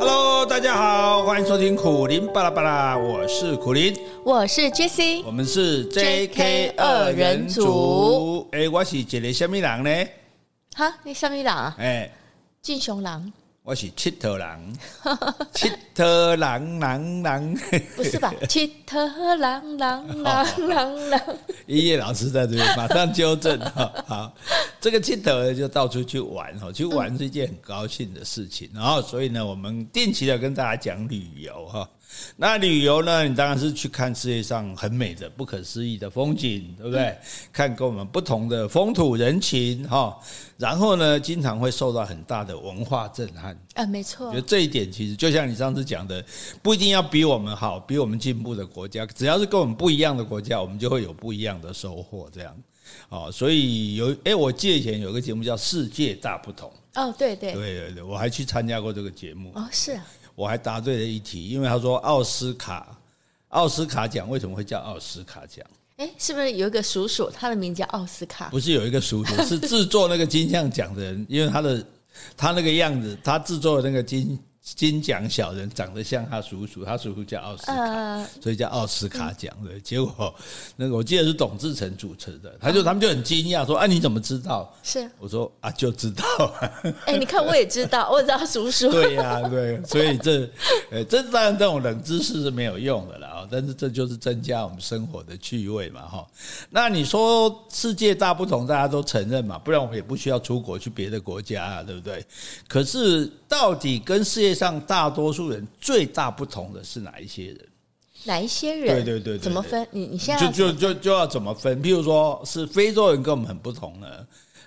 Hello，大家好，欢迎收听苦林巴拉巴拉，我是苦林，我是 Jessie，我们是 JK 二人组。哎，我是一个什么人呢？哈，你什么狼？哎，啊俊雄狼？我是七头 人，七头人人人，不 是吧？七头狼狼狼狼狼，音乐老师在这边马上纠正哈。好，这个七头呢就到处去玩哈，去玩是一件很高兴的事情。然后，所以呢，我们定期的跟大家讲旅游哈。那旅游呢，你当然是去看世界上很美的、不可思议的风景，对不对？看跟我们不同的风土人情哈。然后呢，经常会受到很大的文化震撼。啊，没我错觉得，这一点其实就像你上次讲的，不一定要比我们好，比我们进步的国家，只要是跟我们不一样的国家，我们就会有不一样的收获。这样，哦，所以有，哎，我记得以前有个节目叫《世界大不同》，哦，对对对，对对，我还去参加过这个节目，哦，是啊，我还答对了一题，因为他说奥斯卡，奥斯卡奖为什么会叫奥斯卡奖？哎，是不是有一个叔叔，他的名叫奥斯卡？不是有一个叔叔，是制作那个金像奖的人，因为他的他那个样子，他制作的那个金金奖小人长得像他叔叔，他叔叔叫奥斯卡，呃所以叫奥斯卡奖的。结果那个我记得是董志成主持的，他就他们就很惊讶说：“啊，你怎么知道是？”，我说：“啊，就知道、啊。 哎，你看我也知道，我 也知道叔”叔，对呀、对，所以这呃，这当然这种冷知识是没有用的啦，哦但是这就是增加我们生活的趣味嘛，哈。那你说世界大不同，大家都承认嘛，不然我们也不需要出国去别的国家啊，对不对？可是到底跟世界上大多数人最大不同的是哪一些人？哪一些人？对对对对怎么分？你你现在就要就就就要怎么分？譬如说是非洲人跟我们很不同呢，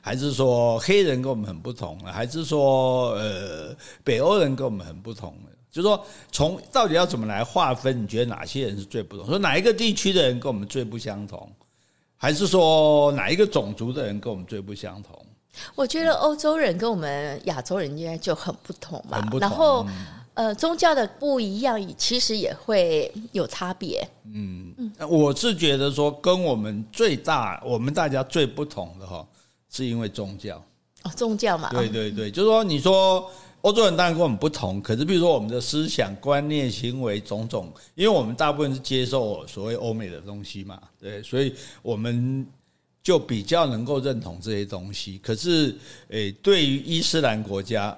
还是说黑人跟我们很不同呢？还是说呃北欧人跟我们很不同呢？就是说从到底要怎么来划分？你觉得哪些人是最不同？说哪一个地区的人跟我们最不相同？还是说哪一个种族的人跟我们最不相同？我觉得欧洲人跟我们亚洲人应该就很不同嘛，很不同嗯然后呃，宗教的不一样，其实也会有差别。嗯我是觉得说跟我们最大我们大家最不同的哈，是因为宗教。哦，宗教嘛，对对对，就是说，你说欧洲人当然跟我们不同，可是比如说我们的思想观念、行为种种，因为我们大部分是接受所谓欧美的东西嘛，对，所以我们就比较能够认同这些东西。可是，诶，对于伊斯兰国家，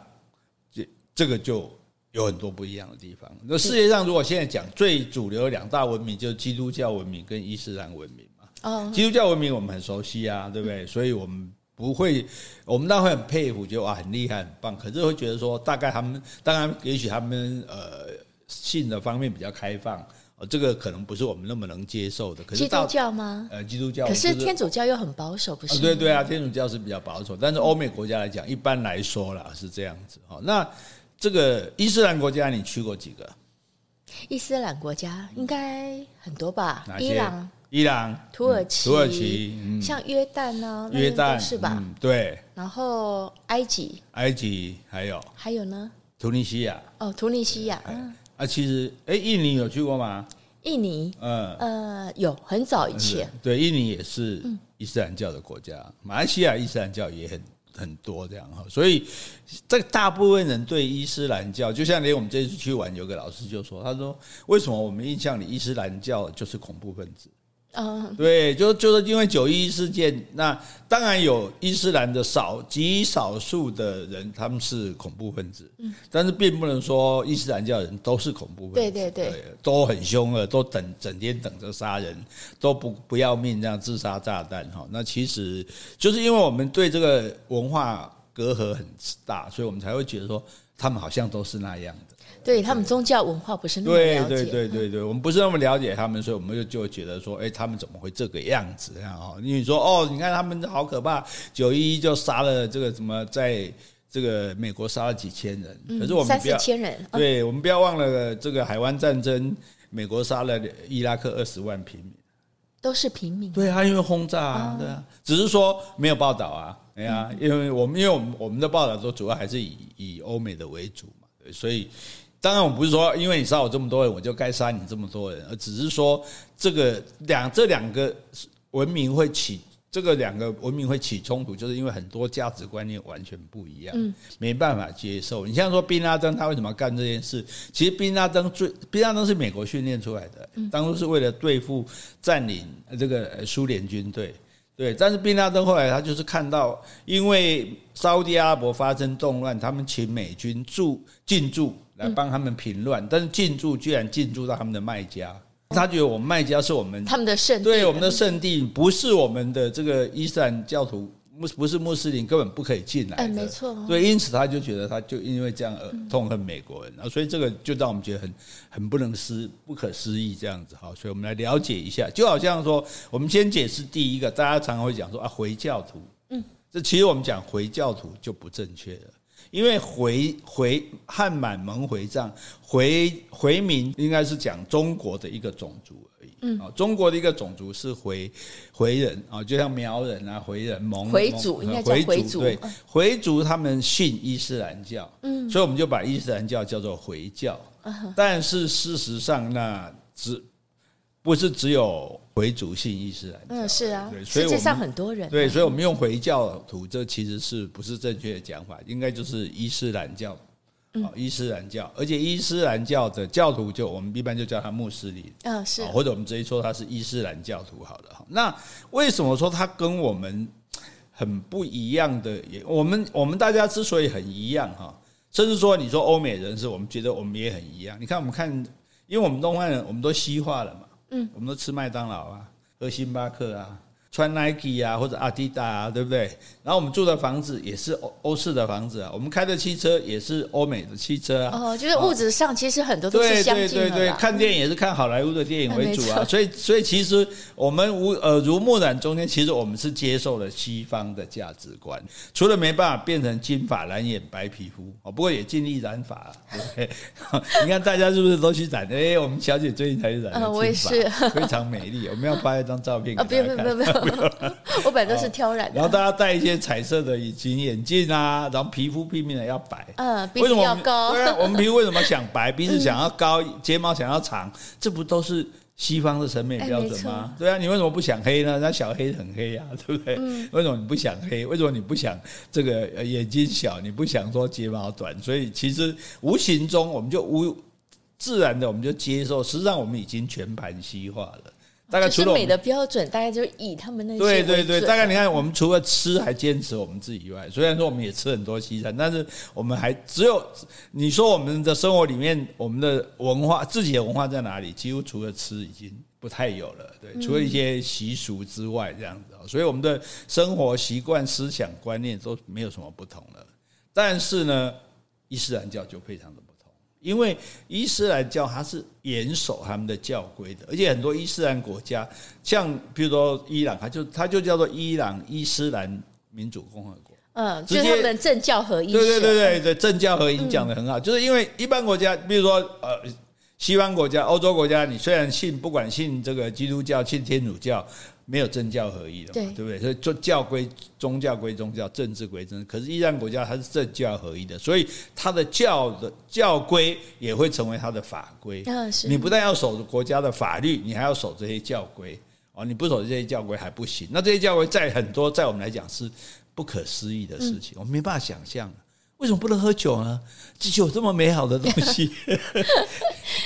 这这个就。有很多不一样的地方。那世界上如果现在讲最主流的两大文明，就是基督教文明跟伊斯兰文明嘛。哦，基督教文明我们很熟悉啊，对不嗯对？所以我们不会，我们当然会很佩服，觉得哇很厉害很棒，可是会觉得说，大概他们当然也许他们呃性的方面比较开放，呃，这个可能不是我们那么能接受的。可是基到督教吗？呃基督教，可是就是天主教又很保守，不啊是？对对啊，天主教是比较保守，但是欧美国家来讲，一般来说啦是这样子哈。那这个伊斯兰国家你去过几个？伊斯兰国家应该很多吧哪？些？伊朗、伊朗、土耳其、土耳其、嗯、像约旦呢、那约边旦都是吧？嗯对，然后埃及，埃及还有。还有呢？突尼西亚哦，突尼西亚、嗯啊，其实哎、印尼有去过吗？印尼，嗯，呃，有很早以前，嗯对，印尼也是伊斯兰教的国家，马来西亚伊斯兰教也很很多这样哈，所以这大部分人对伊斯兰教，就像连我们这次去玩，有个老师就说，他说为什么我们印象里伊斯兰教就是恐怖分子？嗯，对，就就是因为九一一事件，那当然有伊斯兰的少极少数的人他们是恐怖分子，但是并不能说伊斯兰教人都是恐怖分子，嗯对对对都很凶恶，都等整天等着杀人，都不不要命这样自杀炸弹哈。那其实就是因为我们对这个文化隔阂很大，所以我们才会觉得说他们好像都是那样的。对他们宗教文化不是那么对了解，对对对对，我们不是那么了解他们，所以我们就就觉得说，哎、他们怎么会这个样子这样哦？因为你说哦，你看他们好可怕，九一一就杀了这个什么，在这个美国杀了几千人，可是我们嗯三不四要、千人，嗯对，我们不要忘了这个海湾战争，美国杀了伊拉克二十万平民。都是平民，对啊，因为轰炸啊，对啊，只是说没有报道啊，哎呀、因为我们因为我们我们的报道都主要还是以以欧美的为主嘛，对所以当然我不是说因为你杀我这么多人，我就该杀你这么多人，而只是说这个两这两个文明会起。这个两个文明会起冲突，就是因为很多价值观念完全不一样，没办法接受。你像说宾拉登他为什么要干这件事？其实宾拉登最宾拉登是美国训练出来的，当初是为了对付占领呃这个呃苏联军队。对，但是宾拉登后来他就是看到，因为沙地阿拉伯发生动乱，他们请美军驻进驻来帮他们平乱，但是进驻居然进驻到他们的卖家，他觉得我们卖家是我们他们的圣地，对我们的圣地不是我们的这个伊斯兰教徒，穆不是穆斯林根本不可以进来的。哎没错哦对，因此他就觉得他就因为这样而痛恨美国人，啊，所以这个就让我们觉得很很不能思不可思议这样子哈。所以我们来了解一下，就好像说，我们先解释第一个，大家常常会讲说啊，回教徒，嗯，这其实我们讲回教徒就不正确了。因为回回汉满蒙回藏回回民应该是讲中国的一个种族而已。嗯，啊，中国的一个种族是回回人啊，就像苗人啊、回人、蒙人回族蒙应该叫回回族，族对嗯，回族他们信伊斯兰教，嗯，所以我们就把伊斯兰教叫做回教。嗯但是事实上，那只不是只有回族信伊斯兰教，嗯，是啊对，所以世我界们上很多人啊，对，所以我们用回教徒，这其实是不是正确的讲法？应该就是伊斯兰教，嗯啊，伊斯兰教，而且伊斯兰教的教徒就我们一般就叫他穆斯林，嗯，是啊，或者我们直接说他是伊斯兰教徒好了哈。那为什么说他跟我们很不一样的？也我们我们大家之所以很一样哈，甚至说你说欧美人士，我们觉得我们也很一样。你看我们看，因为我们东方人，我们都西化了嘛，嗯，我们都吃麦当劳啊，喝星巴克啊。穿 Nike 啊，或者阿迪达啊，对不对？然后我们住的房子也是欧欧式的房子啊，我们开的汽车也是欧美的汽车啊，哦，就是物质上其实很多都对是相对近对的对，啦，看电影也是看好莱坞的电影为主 没啊，错所以所以其实我们无耳濡目染中间，其实我们是接受了西方的价值观，除了没办法变成金发蓝眼白皮肤哦，不过也尽力染发 啊，对不对？你看大家是不是都去染？哎，我们小姐最近才去染了金发， 嗯我 也是非常美丽。我们要发一张照片给啊，大不用家不看。用不用不用， 我本来都是挑染然后的，大家戴一些彩色的隐形眼镜啊，然后皮肤拼命的要白，嗯，鼻为什子么我要们高 嗯对，啊，我们皮肤为什么想白，鼻子想要高，睫毛想要长，这不都是西方的审美哎标准吗？对啊，你为什么不想黑呢？那小黑很黑啊，对不对？嗯为什么你不想黑？为什么你不想这个呃眼睛小？你不想说睫毛短？所以其实无形中我们就无自然的我们就接受，实际上我们已经全盘西化了。大概哦就除是了我美们的标准，大概就是以他们那些对对为对，准嗯大概你看，我们除了吃还坚持我们自己以外，虽然说我们也吃很多西餐，但是我们还只有你说我们的生活里面，我们的文化自己的文化在哪里？几乎除了吃已经不太有了，对，除了嗯一些习俗之外，这样子哦，所以我们的生活习惯、思想观念都没有什么不同了。但是呢，伊斯兰教就非常的不同，因为伊斯兰教它是严守他们的教规的，而且很多伊斯兰国家，像比如说伊朗，它就它就叫做伊朗伊斯兰民主共和国。嗯，直就接是他们的政教合一，对对对，对对，政教合一你讲的很好，就是因为一般国家，比如说呃。西方国家、欧洲国家，你虽然信不管信这个基督教、信天主教，没有政教合一的嘛，对对不对？所以就教归宗教归宗教，政治归政治。可是伊朗国家它是政教合一的，所以它的教的教规也会成为它的法规。嗯是你不但要守国家的法律，你还要守这些教规哦。你不守这些教规还不行，那这些教规在很多在我们来讲是不可思议的事情，我们没办法想象。为什么不能喝酒呢？这酒这么美好的东 西，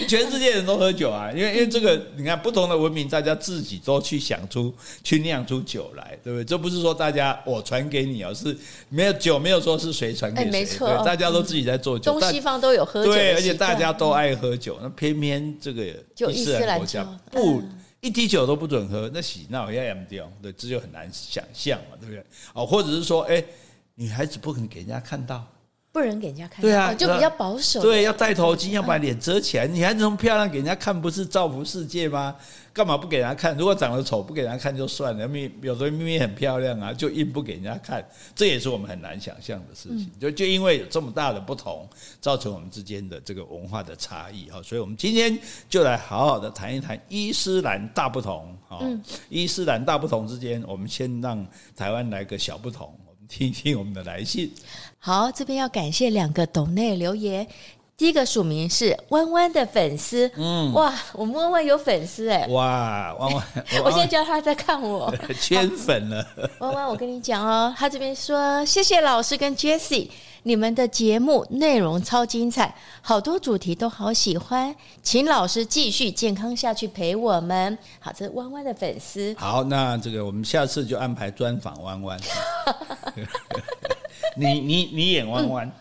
全世界人都喝酒啊！因为因为这个，你看不同的文明，大家自己都去想出去酿出酒来，对不对？这不是说大家我传给你哦，是没有酒没有说是谁传给哎谁，没错嗯对大家都自己在做酒，东大西方都有喝酒的习对，惯，而且大家都爱喝酒，那偏偏这个就伊斯伊斯兰兰国家教不一滴酒都不准喝，那喜闹要严掉，对，这就很难想象嘛，对不对？哦，或者是说，哎，女孩子不肯给人家看到，不能给人家看到，对啊哦就比较保守。对，要戴头巾，要把脸遮起来，你还这么漂亮给人家看，不是造福世界吗？干嘛不给人家看？如果长得丑不给人家看就算了，明有的明明很漂亮啊，就硬不给人家看，这也是我们很难想象的事情。就就因为有这么大的不同，造成我们之间的这个文化的差异哈，所以我们今天就来好好的谈一谈伊斯兰大不同哈。伊斯兰大不同之间，我们先让台湾来个小不同，我们听一听我们的来信。好，这边要感谢两个抖内留言。第一个署名是弯弯的粉丝，嗯，哇，我们弯弯有粉丝哎、哇，汪汪，我现在叫他在看我， 圈粉了。弯弯，我跟你讲哦，他这边说谢谢老师跟 Jessie，你们的节目内容超精彩，好多主题都好喜欢，请老师继续健康下去陪我们。好，这是弯弯的粉丝，好，那这个我们下次就安排专访弯 弯。你你你演弯弯，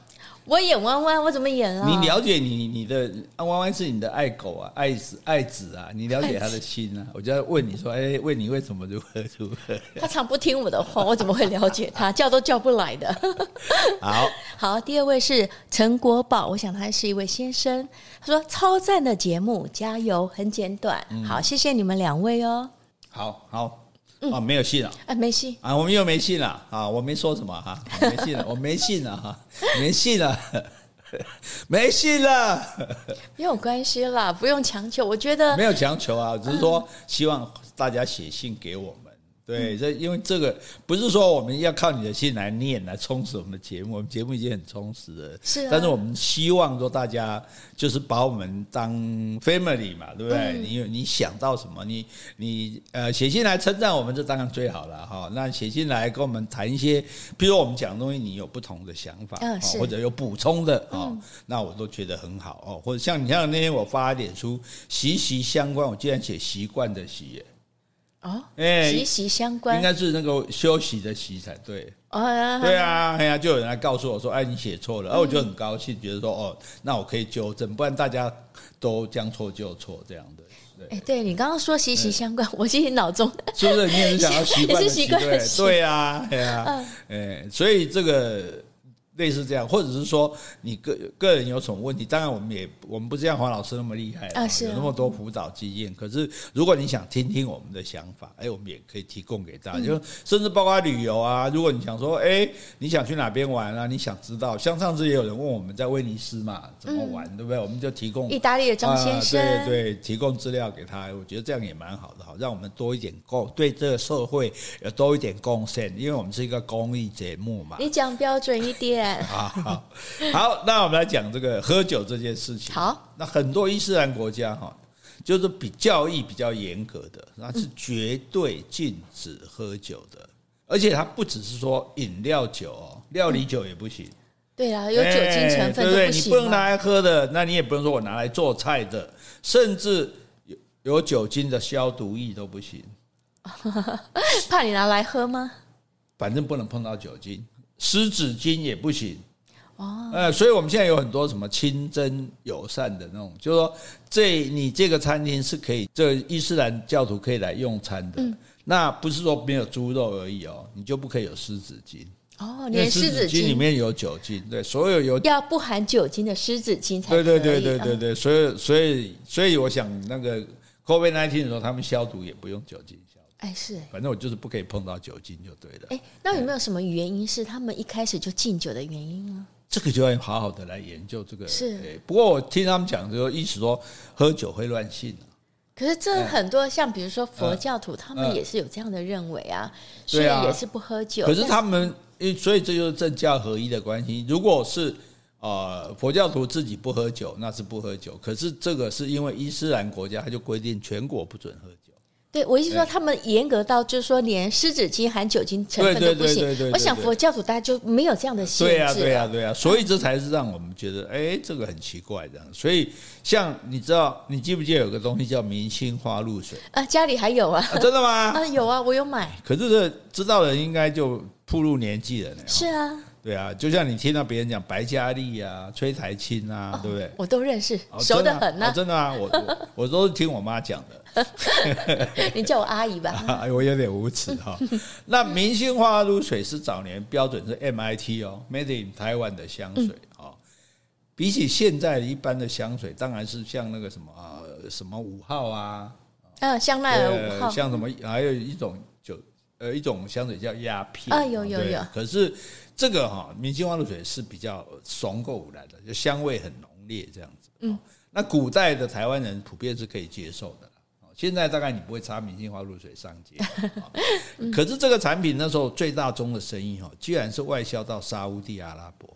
我演弯弯，我怎么演啊？你了解你你的啊弯弯是你的爱狗啊，爱子爱子啊，你了解他的心啊。我就要问你说，哎、问你为什么如何如何？他常不听我的话，我怎么会了解他？叫都叫不来的。 好，好，第二位是陈国宝，我想他是一位先生。他说：“超赞的节目，加油，很简短。好，谢谢你们两位哦。好，好，啊，没有信了。啊，没事，啊，我们又没信了啊！我没说什么哈、啊，没信了，我没信了哈、没信了， 没信了。没有关系啦，不用强求。我觉得没有强求啊，只是说嗯希望大家写信给我们。对，这因为这个不是说我们要靠你的信来念来充实我们的节目，我们节目已经很充实了。是啊但是我们希望说大家就是把我们当 family 嘛，对不对？嗯你有你想到什么，你你呃写信来称赞我们，这当然最好了哈、那写信来跟我们谈一些，比如我们讲的东西，你有不同的想法，嗯哦是嗯或者有补充的啊、哦那我都觉得很好哦。或者像你像那天我发脸书息息相关，我竟然写习惯的习耶，哦，哎息息相应关。该是那个休息的息才对。哦，对啊，哎呀、就有人来告诉我说，哎，你写错嗯了，而我就很高兴，觉得说，哦，那我可以纠正，不然大家都将错就错这样的，对，哎，对你刚刚说息息相关， 我其实 脑中是不是？你也是想要习惯的也是习惯嗯的习习对啊，对啊，哎，所以这个类似这样，或者是说你个个人有什么问题，当然我们也我们不是像黄老师那么厉害啊是啊有那么多辅导经验，可是如果你想听听我们的想法，哎，我们也可以提供给大嗯家，就甚至包括旅游啊，如果你想说，哎，你想去哪边玩啊，你想知道，像上次也有人问我们在威尼斯嘛怎嗯么玩，对不对？我们就提供意大利的张先生，啊、对对，提供资料给他，我觉得这样也蛮好的哈，让我们多一点贡，对这个社会有多一点贡献，因为我们是一个公益节目嘛。你讲标准一 点。啊，好，好，那我们来讲这个喝酒这件事情。好，那很多伊斯兰国家哈，就是比教义比较严格的，那是绝对禁止喝酒的，而且它不只是说饮料酒哦，料理酒也不行。对啦，有酒精哎成分对不都对？不你行不能拿嘛。来喝的，那你也不能说我拿来做菜的，甚至有有酒精的消毒液都不行，怕你拿来喝吗？反正不能碰到酒精，湿纸巾也不行。哦，呃，所以我们现在有很多什么清真友善的那种，就是说这你这个餐厅是可以，这伊斯兰教徒可以来用餐的。嗯那不是说没有猪肉而已哦，你就不可以有湿纸巾，哦，因为连湿湿纸巾里巾面有酒精，对，所有有要不含酒精的湿纸巾才对对对可以对对嗯对，所以所以所以我想那个 COVID 1 9的时候，他们消毒也不用酒精消毒，哎是哎反正我就是不可以碰到酒精就对了。哎，那有没有什么原因是他们一开始就禁酒的原因呢？这个就要好好的来研究这个。是哎不过我听他们讲就是意思说喝酒会乱性啊、可是这很多像比如说佛教徒，他们也是有这样的认为啊，所以嗯对啊也是不喝酒。可是他们，因所以这就是政教合一的关系。如果是呃佛教徒自己不喝酒，那是不喝酒。可是这个是因为伊斯兰国家，他就规定全国不准喝酒。对我意思说，他们严格到就是说，连湿纸巾含酒精成分都对对不行对对对。对我想佛教徒大家就没有这样的限对制呀、啊了。对呀、啊对呀、所以这才是让我们觉得，哎，这个很奇怪这样。所以，像你知道，你记不记得有个东西叫明星花露水？啊，家里还有啊， 啊、真的吗？啊有啊，我有买。可是这知道的人应该就步入年纪了呢。哦是啊，对啊，就像你听到别人讲白嘉丽啊、崔台青啊，对不对？我都认识，哦熟真得啊很呐哦、真的啊，我我我都是听我妈讲的。你叫我阿姨吧。 啊，我有点无耻哈、那明星花露水是早年标准是 MIT 哦，Made in Taiwan 的香水哦。比起现在一般的香水，当然是像那个什么啊、什么五号啊，嗯，香奈儿五呃，号，像什么还有一种酒呃一种香水叫鸦片啊有有对有可是这个哈、明星花露水是比较怂够无来的，就香味很浓烈这样子。嗯，那古代的台湾人普遍是可以接受的啦。哦现在大概你不会擦明星花露水上 街，哦嗯可是这个产品那时候最大宗的生意哈，居然是外销到沙乌地阿拉伯。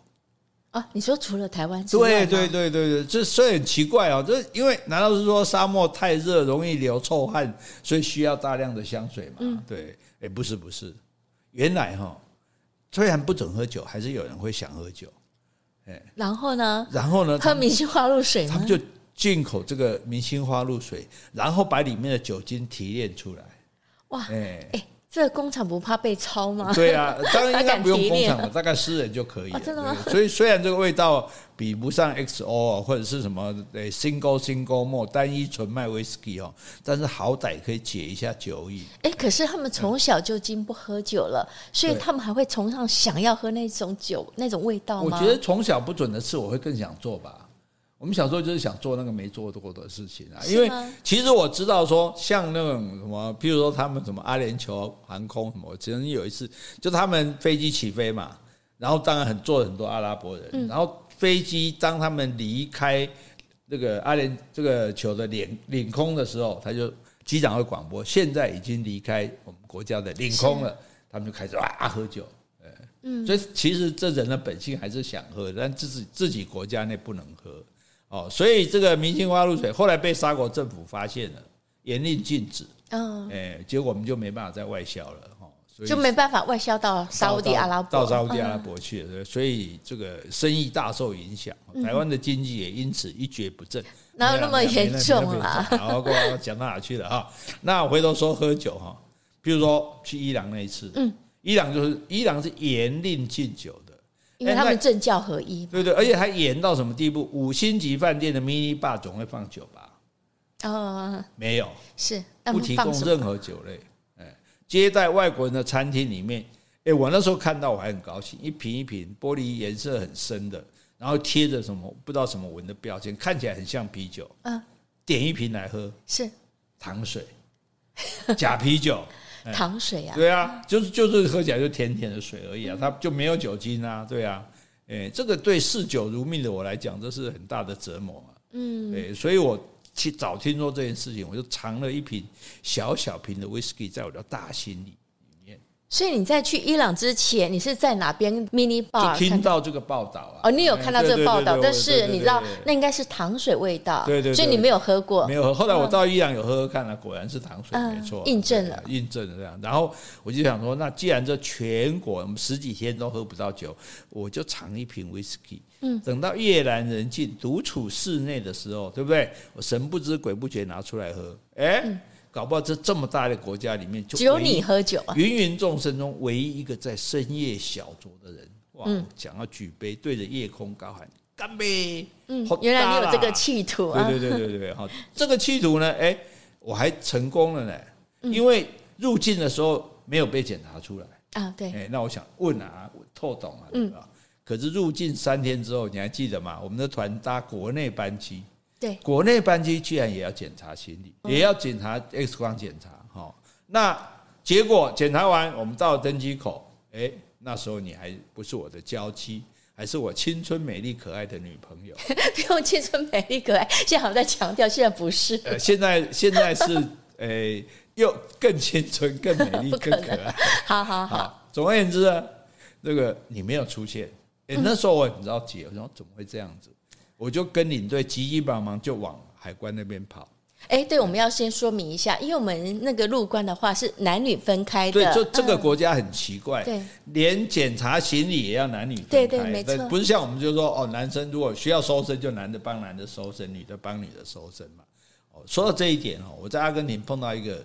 啊，你说除了台湾之外对吗对对对对，这所以很奇怪哦，这因为难道是说沙漠太热容易流臭汗，所以需要大量的香水嘛？嗯对，哎，不是不是，原来哈、虽然不准喝酒，还是有人会想喝酒，然后呢，然后呢，他喝们明啊星花露水他吗们？ 就进口这个明星花露水，然后把里面的酒精提炼出来，哇，哎。哎，这个工厂不怕被抄 吗？对啊，当然应该不用工厂他敢提了，大概私人就可以了。哦真的吗对所以虽然这个味道比不上 XO 哦或者是什么呃 single single more 单一纯麦 whisky 哦，但是好歹可以解一下酒瘾。哎，可是他们从小就已经不喝酒了，所以对他们还会崇尚想要喝那种酒那种味道我吗？觉得从小不准的事，我会更想做吧。我们小时候就是想做那个没做过的事情啊，是因为吗其实我知道说，像那种什么，譬如说他们什么阿联酋航空什么，我曾经有一次，就他们飞机起飞嘛，然后当然很坐了很多阿拉伯人，嗯啊然后飞机当他们离开那个阿联这个球的领领空的时候，他就机长会广播，现在已经离开我们国家的领空了，他们就开始哇喝酒。呃嗯所以其实这人的本性还是想喝，但自己自己国家内不能喝哦。所以这个明星花露水后来被沙国政府发现了，严令禁止，嗯，哎、结果我们就没办法再外销了哦。所以就没办法外销到沙烏地阿拉伯，到沙地阿拉嗯伯去了，所以这个生意大受影响，台湾的经济也因此一蹶不振。嗯 哪有那么严重啊啦啦？好，过来讲到哪去了哈？那我回头说喝酒哈，比如说去伊朗那一次，嗯，伊朗就是伊朗是严令禁酒的，因为哎他们那政教合一对对，而且还严到什么地步？五星级饭店的 mini bar 总会放酒吧，哦，没有是那不么提放供什么任何酒类。哎，接待外国人的餐厅里面，哎，我那时候看到我还很高兴，一瓶一瓶玻璃颜色很深的，然后贴着什么不知道什么文的标签，看起来很像啤酒。嗯，点一瓶来喝，是糖水，假啤酒。糖水啊，对啊，就是就是喝起来就甜甜的水而嗯已啊，它就没有酒精啊，对啊，诶、这个对嗜酒如命的我来讲，这是很大的折磨啊。嗯，对，所以我去早听说这件事情，我就藏了一瓶小小瓶的 whisky 在我的大心里，所以你在去伊朗之前，你是在哪边 mini 就 bar 听哦看到？到这个报道啊。哦，你有哎看到对这个对报对道，对但我是对对你对知道对对那应该是糖水味道，对对对所以你没有喝过没。有，后来我到伊朗有喝喝看了、果然是糖水，嗯没错，印证了对印证了这样。然后我就想说，那既然这全国我们十几天都喝不到酒，我就尝一瓶 whisky。嗯，等到夜阑人静、独处室内的时候，对不对？我神不知鬼不觉拿出来喝，哎、搞不好这这么大的国家里面就嗯只有唯一你喝酒啊，芸芸众生中唯一一个在深夜小酌的人，哇！嗯想要举杯，对着夜空高喊“干杯”，嗯原来你有这个企图啊！对对对对对， 好，这个企图呢，哎，我还成功了呢，嗯因为入境的时候没有被检查出来，啊，对，嗯哎，那我想问啊，我透懂啊，对吧？可是入境三天之后，你还记得吗？我们的团搭国内班机，对 国内班机居然也要检查行李，嗯也要检查 X 光检查，哈、那结果检查完，我们到了登机口，哎，那时候你还不是我的娇妻，还是我青春美丽可爱的女朋友。不用青春美丽可爱，现在好像在强调，现在不是，呃，现在现在是诶、又更青春、更美丽、不可更能可爱。好 好好，好，总而言之呢，这个你没有出现。嗯诶、那时候我很着急，我说怎么会这样子？我就跟领队急急忙忙就往海关那边跑。哎，对，我们要先说明一下，因为我们那个入关的话是男女分开的，对，就这个嗯国家很奇怪，对连检查行李也要男女分开，对对没错但不是像我们就说哦，男生如果需要搜身，就男的帮男的搜身，女的帮女的搜身嘛。哦，说到这一点哦，我在阿根廷碰到一个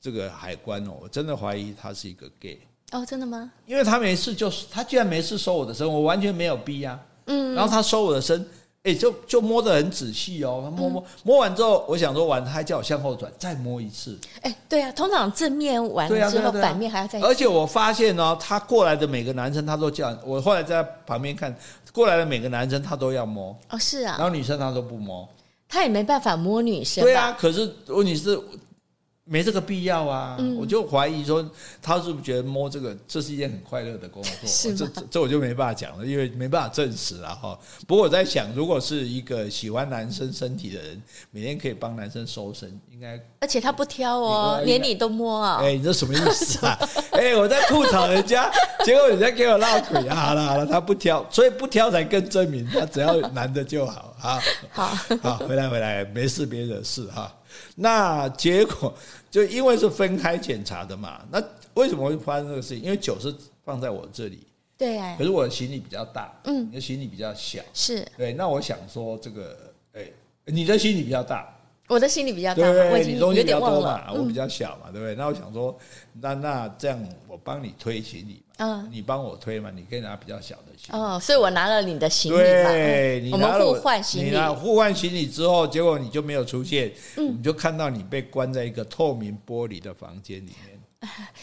这个海关哦，我真的怀疑他是一个 gay，哦，真的吗？因为他没事就他居然没事收我的身，我完全没有逼呀、嗯，然后他收我的身，哎、就就摸得很仔细哦，他摸摸、嗯摸完之后，我想说完，他还叫我向后转，再摸一次。哎，对啊，通常正面完对啊，了对之啊后，对啊反面还要再而且我发现哦，他过来的每个男生他都这样，我后来在旁边看，过来的每个男生他都要摸，哦，是然啊，后女生他都不摸。他也没办法摸女生吧，对啊，可是问题是没这个必要啊，嗯我就怀疑说他是不是觉得摸这个这是一件很快乐的工作，是吗这这这我就没办法讲了，因为没办法证实啊哈。不过我在想，如果是一个喜欢男生身体的人，每天可以帮男生收身，应该而且他不挑哦，你连你都摸啊哎、，你这什么意思啊？ 哎、我在吐槽人家，结果人家给我闹鬼啊！好了好了，他不挑，所以不挑才更证明他只要男的就好 啊。好，好，回来回来，没事别惹事哈。那结果就因为是分开检查的嘛，那为什么会发生这个事情？因为酒是放在我这里，对啊可，是我的行李比较大，嗯你的行李比较小，是对，那我想说这个，哎、你的行李比较大，我的心理比较大对嘛不，对？啊我已你经东西有比点较忘多了嗯嘛，，我比较小嘛，对不对？那我想说，那那这样我帮你推行李嘛，嗯你帮我推嘛，你可以拿比较小的行李。哦，所以我拿了你的行李嘛，对，嗯你我拿们了互换行你李，拿互换行李之后，结果你就没有出现，我嗯们就看到你被关在一个透明玻璃的房间里面。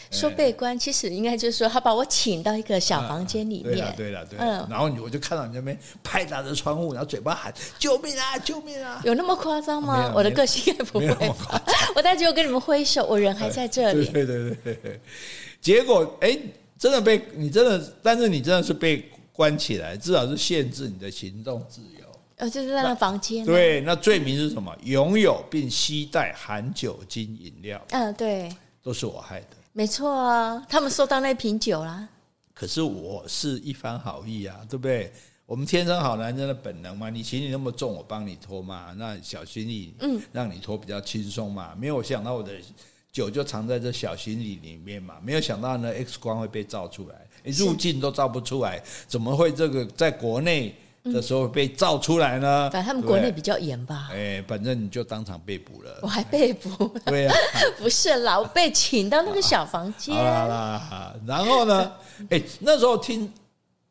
说哎被关，其实应该就是说他把我请到一个小啊房间里啊嗯对了面，，对了，对啦嗯。然后你我就看到你那边拍打着窗户，然后嘴巴喊救命啊，救命啊！ 有那么夸张没吗有？我的个性应该不没会有那么夸吧？ 我大概只有跟你们挥手，我人还在这里。 对对对对对，结果哎，真的被你真的，但是你真的是被关起来，至少是限制你的行动自由。呃，就是在那房间。，对，那罪名是什么？拥有并携带含酒精饮料，嗯，对，都是我害的。没错啊，他们收到那瓶酒啦。可是我是一番好意啊，对不对？我们天生好男人的本能嘛，你行李那么重，我帮你拖嘛，那小行李，嗯，让你拖比较轻松嘛。没有想到我的酒就藏在这小行李里面嘛，没有想到呢，X 光会被照出来，诶入境都照不出来，怎么会这个在国内的时候被照出来呢？反正他们国内对比较严吧不。对，哎，反正你就当场被捕我了，还被捕， 对啊呀、不是啦，我被请到那个小房间好。啦好啦，好啦然后 呢？哎、那时候听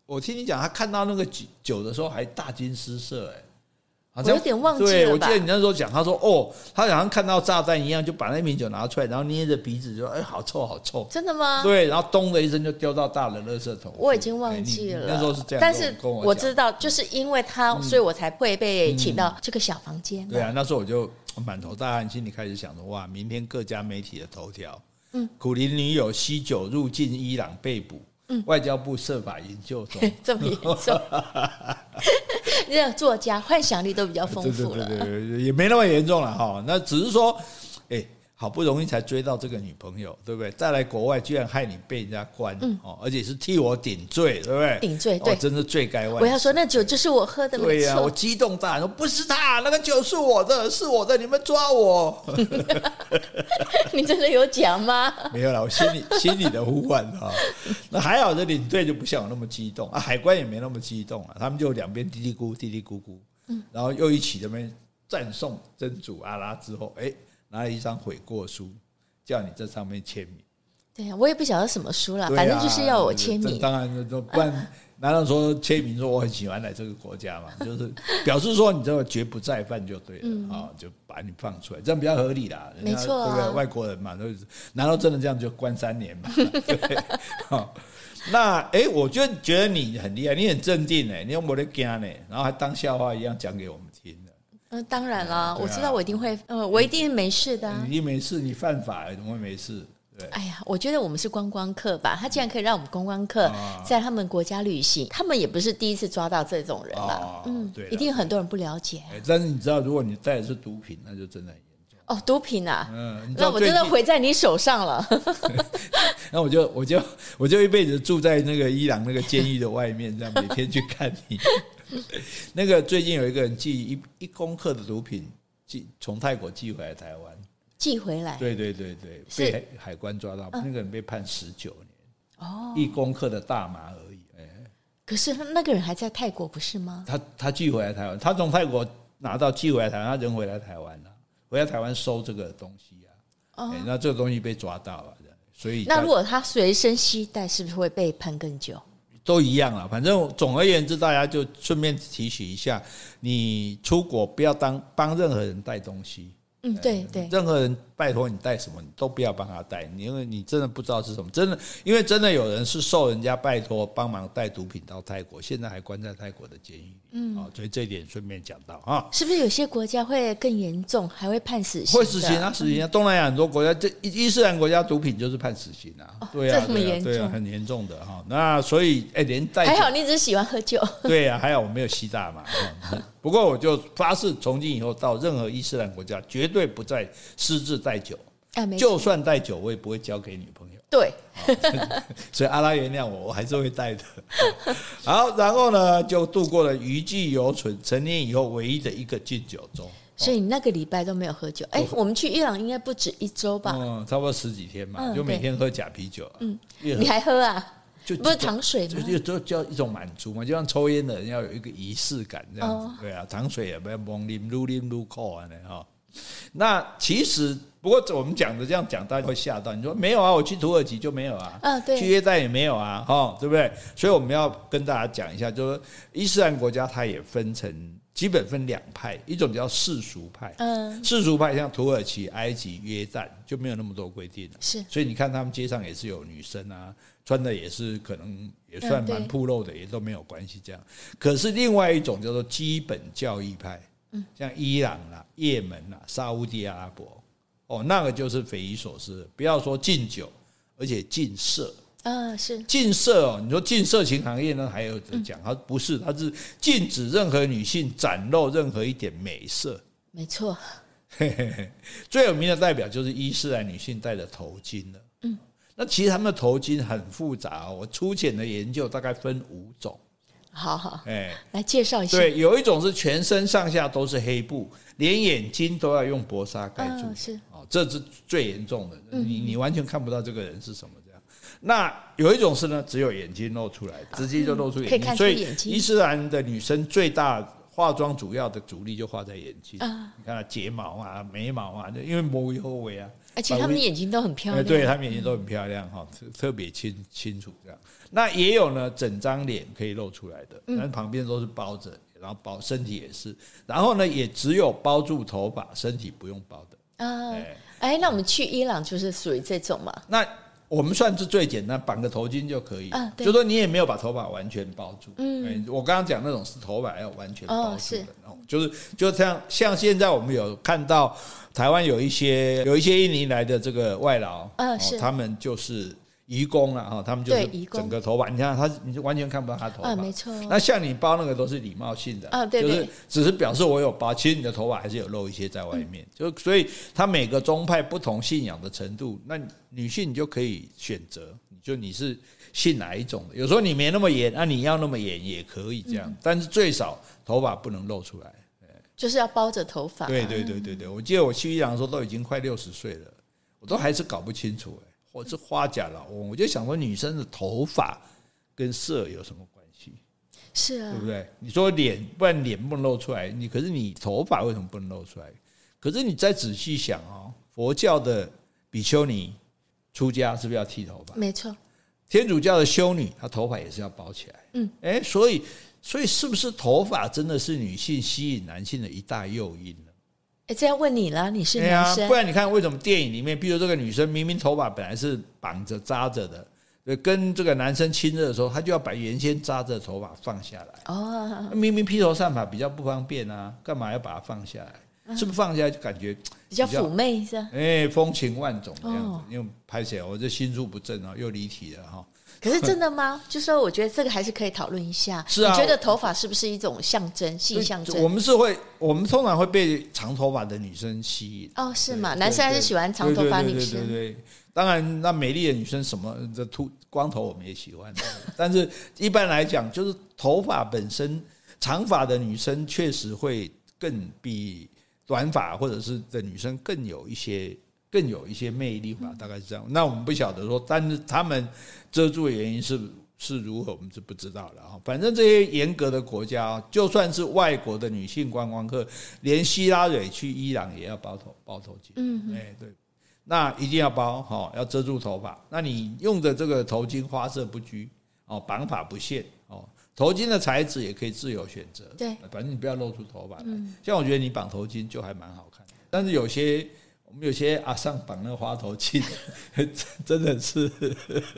我听你讲，他看到那个酒酒的时候还大惊失色、哎，好像我有点忘记了吧对，我记得你那时候讲，他说哦，他好像看到炸弹一样，就把那瓶酒拿出来，然后捏着鼻子就哎、好臭，好臭。真的吗？对，然后咚的一声就丢到大的垃圾桶去。我已经忘哎你记你了。那时候是这样跟我，但是跟我我讲嗯知道，就是因为他，所以我才会被请到这个小房间。对啊，那时候我就满头大汗，心里开始想着哇，明天各家媒体的头条，嗯，苦林女友吸酒入境伊朗被捕，嗯，外交部设法营救 中。 这么严 重，那个作家幻想力都比较丰富对了。对对对，也没那么严重了哈。那只是说，哎、好不容易才追到这个女朋友，对不对？再来国外，居然害你被人家关哦、而且是替我顶罪，对不对？嗯顶罪对哦、真是罪该万死。我要说，那酒就是我喝的，对没呀、 我错。激动大喊说：“不是他，那个酒是我的，是我的，你们抓我！”你真的有讲吗？ 没有啦，我心里心里的呼唤啊、那还好，这领队就不像我那么激动啊，海关也没那么激动啊，他们就两边嘀嘀咕嘀嘀咕咕，然后又一起这边赞颂真主阿拉之后，哎，拿了一张悔过书，叫你这上面签名。对呀，我也不晓得什么书了，对啊反正就是要我签这名。啊当然，这不然难道说签名说我很喜欢来这个国家嘛？ 就是表示说你这个绝不再犯就对了啊、就把你放出来，这样比较合理啦。人家嗯没错啊对不对？外国人嘛，都是难道真的这样就关三年 嘛？对，好。那哎、诶我就觉得你很厉害，你很镇定哎，你又没得惊呢，然后还当笑话一样讲给我们听的。嗯，当然对啦，啊嗯我知道我一定会，嗯，我一定没事的啊。你一没事，你犯法了怎么会没事？对，哎呀，我觉得我们是观光客吧，他竟然可以让我们观光客啊在他们国家旅行，他们也不是第一次抓到这种人哦了，嗯对，了一定很多人不了解哎、但是你知道，如果你带的是毒品，那就真的很严重。哦，毒品啊，嗯，你知道那我最真的近毁在你手 上了，那我就我就我就一辈子住在那个伊朗那个监狱的外面，这样每天去看你。 那个最近有一个人寄一一公克的毒品寄从泰国寄回来台湾，寄回来对对对对，哎是嗯被海海关抓到，那个人被判十九年，哦。嗯一公克的大麻而已。哎，可是那个人还在泰国，不是吗？他他寄回来台湾，他从泰国拿到寄回来台湾，他人回来台湾了、回来台湾收这个东西啊，哦哎，那这个东西被抓到了，这样所以那大如果他随身携带，是不是会被喷更久？都一样啊。反正总而言之，大家就顺便提起一下，你出国不要当帮任何人带东西，嗯，对对，任何人拜托你带什么，你都不要帮他带，你因为你真的不知道是什么。真的，因为真的有人是受人家拜托帮忙带毒品到泰国，现在还关在泰国的监狱里。嗯，哦，所以这一点顺便讲到啊。是不是有些国家会更严重，还会判死刑？会死刑嗯啊，！死刑啊！东南亚很多国家，这伊伊斯兰国家毒品就是判死刑啊，对啊，哦这么对啊严对啊，重很严重的哈。那所以，哎，连带还好你只是喜欢喝 酒， 对啊，还好我没有吸大麻。哈 不过我就发誓，从今以后到任何伊斯兰国家，绝对不再私自带酒，哎，没就哦错，算带酒，我也不会交给女朋友。对，所以阿拉原谅我，我还是会 带的。好，然后呢，就度过了余悸犹存，成年以后唯一的一个禁酒周。所以你那个礼拜都没有喝酒。哎，我们去伊朗应该不止一周吧？哦嗯，差不多十几天嘛，嗯就每对天喝假啤酒、啊。嗯，越喝你还喝啊？就不是糖水就吗？就就叫一种满足嘛，就像抽烟的人要有一个仪式感这样子，对啊，糖水也不要蒙啉撸啉撸扣啊那哈。那其实不过我们讲的这样讲，大家会吓到。你说没有啊，我去土耳其就没有啊，嗯对去约旦也没有啊，哈、对不对？所以我们要跟大家讲一下，就是说伊斯兰国家它也分成基本分两派，一种叫世俗派，嗯，世俗派像土耳其、埃及、约旦就没有那么多规定了。是所以你看他们街上也是有女生啊，穿的也是可能也算嗯对蛮暴露的，也都没有关系这样。可是另外一种叫做基本教义派，像伊朗啦、也门啦、沙乌地阿拉伯，哦，那个就是匪夷所思的。不要说禁酒，而且禁色。嗯，是禁色哦，你说禁色情行业呢，还有得讲，它不是，它是禁止任何女性展露任何一点美色。没错，嘿嘿嘿，最有名的代表就是伊斯兰女性戴的头巾了。嗯，那其实他们的头巾很复杂、哦，我粗浅的研究大概分五种。好好哎，来介绍一下。对，有一种是全身上下都是黑布，连眼睛都要用薄纱盖住。嗯，是嗯哦，这是最严重的，你你完全看不到这个人是什么这样。那有一种是呢，只有眼睛露出来，直接就露出眼啊嗯可以睛，看出所以眼睛伊斯兰的女生最大化妆主要的主力就画在眼睛。啊你看她睫毛啊、眉毛啊，因为魔为后尾啊，而且把他们微眼睛都很漂呃亮。啊嗯对她们眼睛都很漂亮哈，特特别清清楚这样。那也有呢，整张脸可以露出来的，嗯但旁边都是包着，然后包身体也是，然后呢也只有包住头发，身体不用包的。啊哎，哎，那我们去伊朗就是属于这种嘛？那我们算是最简单，绑个头巾就可以，啊对就说你也没有把头发完全包住。嗯哎，我刚刚讲那种是头发要完全包哦住是的，哦、就是就这样。像现在我们有看到台湾有一些有一些印尼来的这个外劳，嗯哦是他们就是移工了哈、哦他们就对是移工整个头发，你看他你就完全看不到他头发，啊，没错，那像你包那个都是礼貌性的，啊对就是对只是表示我有包，其实你的头发还是有露一些在外面，嗯就所以它每个宗派不同信仰的程度，那女性你就可以选择，就你是信哪一种的，有时候你没那么严，那、你要那么严也可以这嗯样，但是最少头发不能露出来。就是要包着头发。对对对对对，我记得我去伊朗的时候都已经快六十岁了，我都还是搞不清楚、哎，我是花甲老翁，我就想说女生的头发跟色有什么关系？是啊对不，对？你说脸，不然脸不能露出来，你可是你头发为什么不能露出来？可是你再仔细想哦，佛教的比丘尼出家是不是要剃头发？没错，天主教的修女她头发也是要包起来。嗯，哎，所以所以是不是头发真的是女性吸引男性的一大诱因呢？哎，这要问你啦，你是对啊男，生不，然你看为什么电影里面，比如这个女生明明头发本来是绑着扎着的，对跟这个男生亲热的时候，她就要把原先扎着的头发放下来。哦，明明披头散发比较不方便啊，干嘛要把它放下来？是不是放下来就感觉比较比较妩媚是吧？哎、风情万种这样子哦？因为拍起来我这心术不正啊，又离题了哈。可是真的吗？ 就说我觉得这个还是可以讨论一下。是啊你觉得头发是不是一种象征，性象我征？们是会，我们通常会被长头发的女生吸引。哦，是对吗？对男生还是对喜欢长头发对女对对生？对对对当然，那美丽的女生什么这秃光头我们也喜欢， 但是一般来讲，就是头发本身长发的女生确实会更比短发或者是的女生更有一些更有一些魅力吧，大概是这样。那我们不晓得说，但是他们遮住的原因是。是如何，我们是不知道的哈。反正这些严格的国家啊，就算是外国的女性观光客，连希拉蕊去伊朗也要包头包头巾。嗯哎，对，那一定要包哈、哦，要遮住头发。那你用的这个头巾花色不拘哦，绑法不限哦，头巾的材质也可以自由选择。对，嗯反正你不要露出头发来。像我觉得你绑头巾就还蛮好看的，但是有些。我们有些阿上绑那个花头巾， 真的是，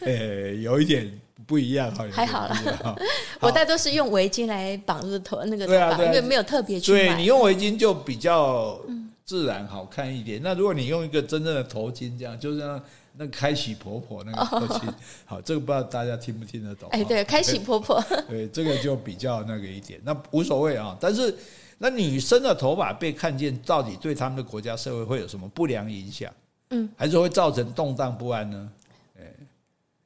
呃、有一点不一样哈。有一点还好啦不一样哈我大多是用围巾来绑住头那个头对啊发，对啊因为没有特别去对你买。用围巾就比较自然好看一点。那如果你用一个真正的头巾，这样就像那个开喜婆婆那个头巾，好，这个不知道大家听不听得懂？哦哎，对，开喜婆婆，对，这个就比较那个一点，那无所谓啊。但是，那女生的头发被看见，到底对他们的国家社会会有什么不良影响？嗯，还是会造成动荡不安呢？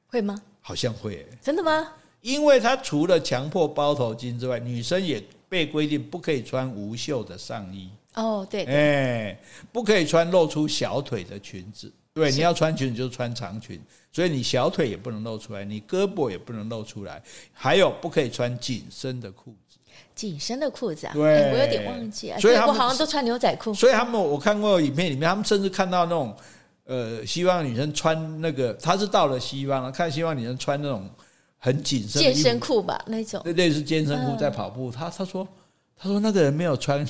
会吗？好像会耶、真的吗？因为他除了强迫包头巾之外，女生也被规定不可以穿无袖的上衣，哦，对，哎、不可以穿露出小腿的裙子。对，你要穿裙子就穿长裙，所以你小腿也不能露出来，你胳膊也不能露出来，还有不可以穿紧身的裤子。紧身的裤子啊，对哎我有点忘记啊，所以对他我们好像都穿牛仔 裤，所以他们我看过影片里面，他们甚至看到那种呃西方女生穿那个，她是到了西方了，看西方女生穿那种很紧身的健衣服身，裤吧那种，类类似健身裤嗯在跑步。他他说他说那个人没有穿，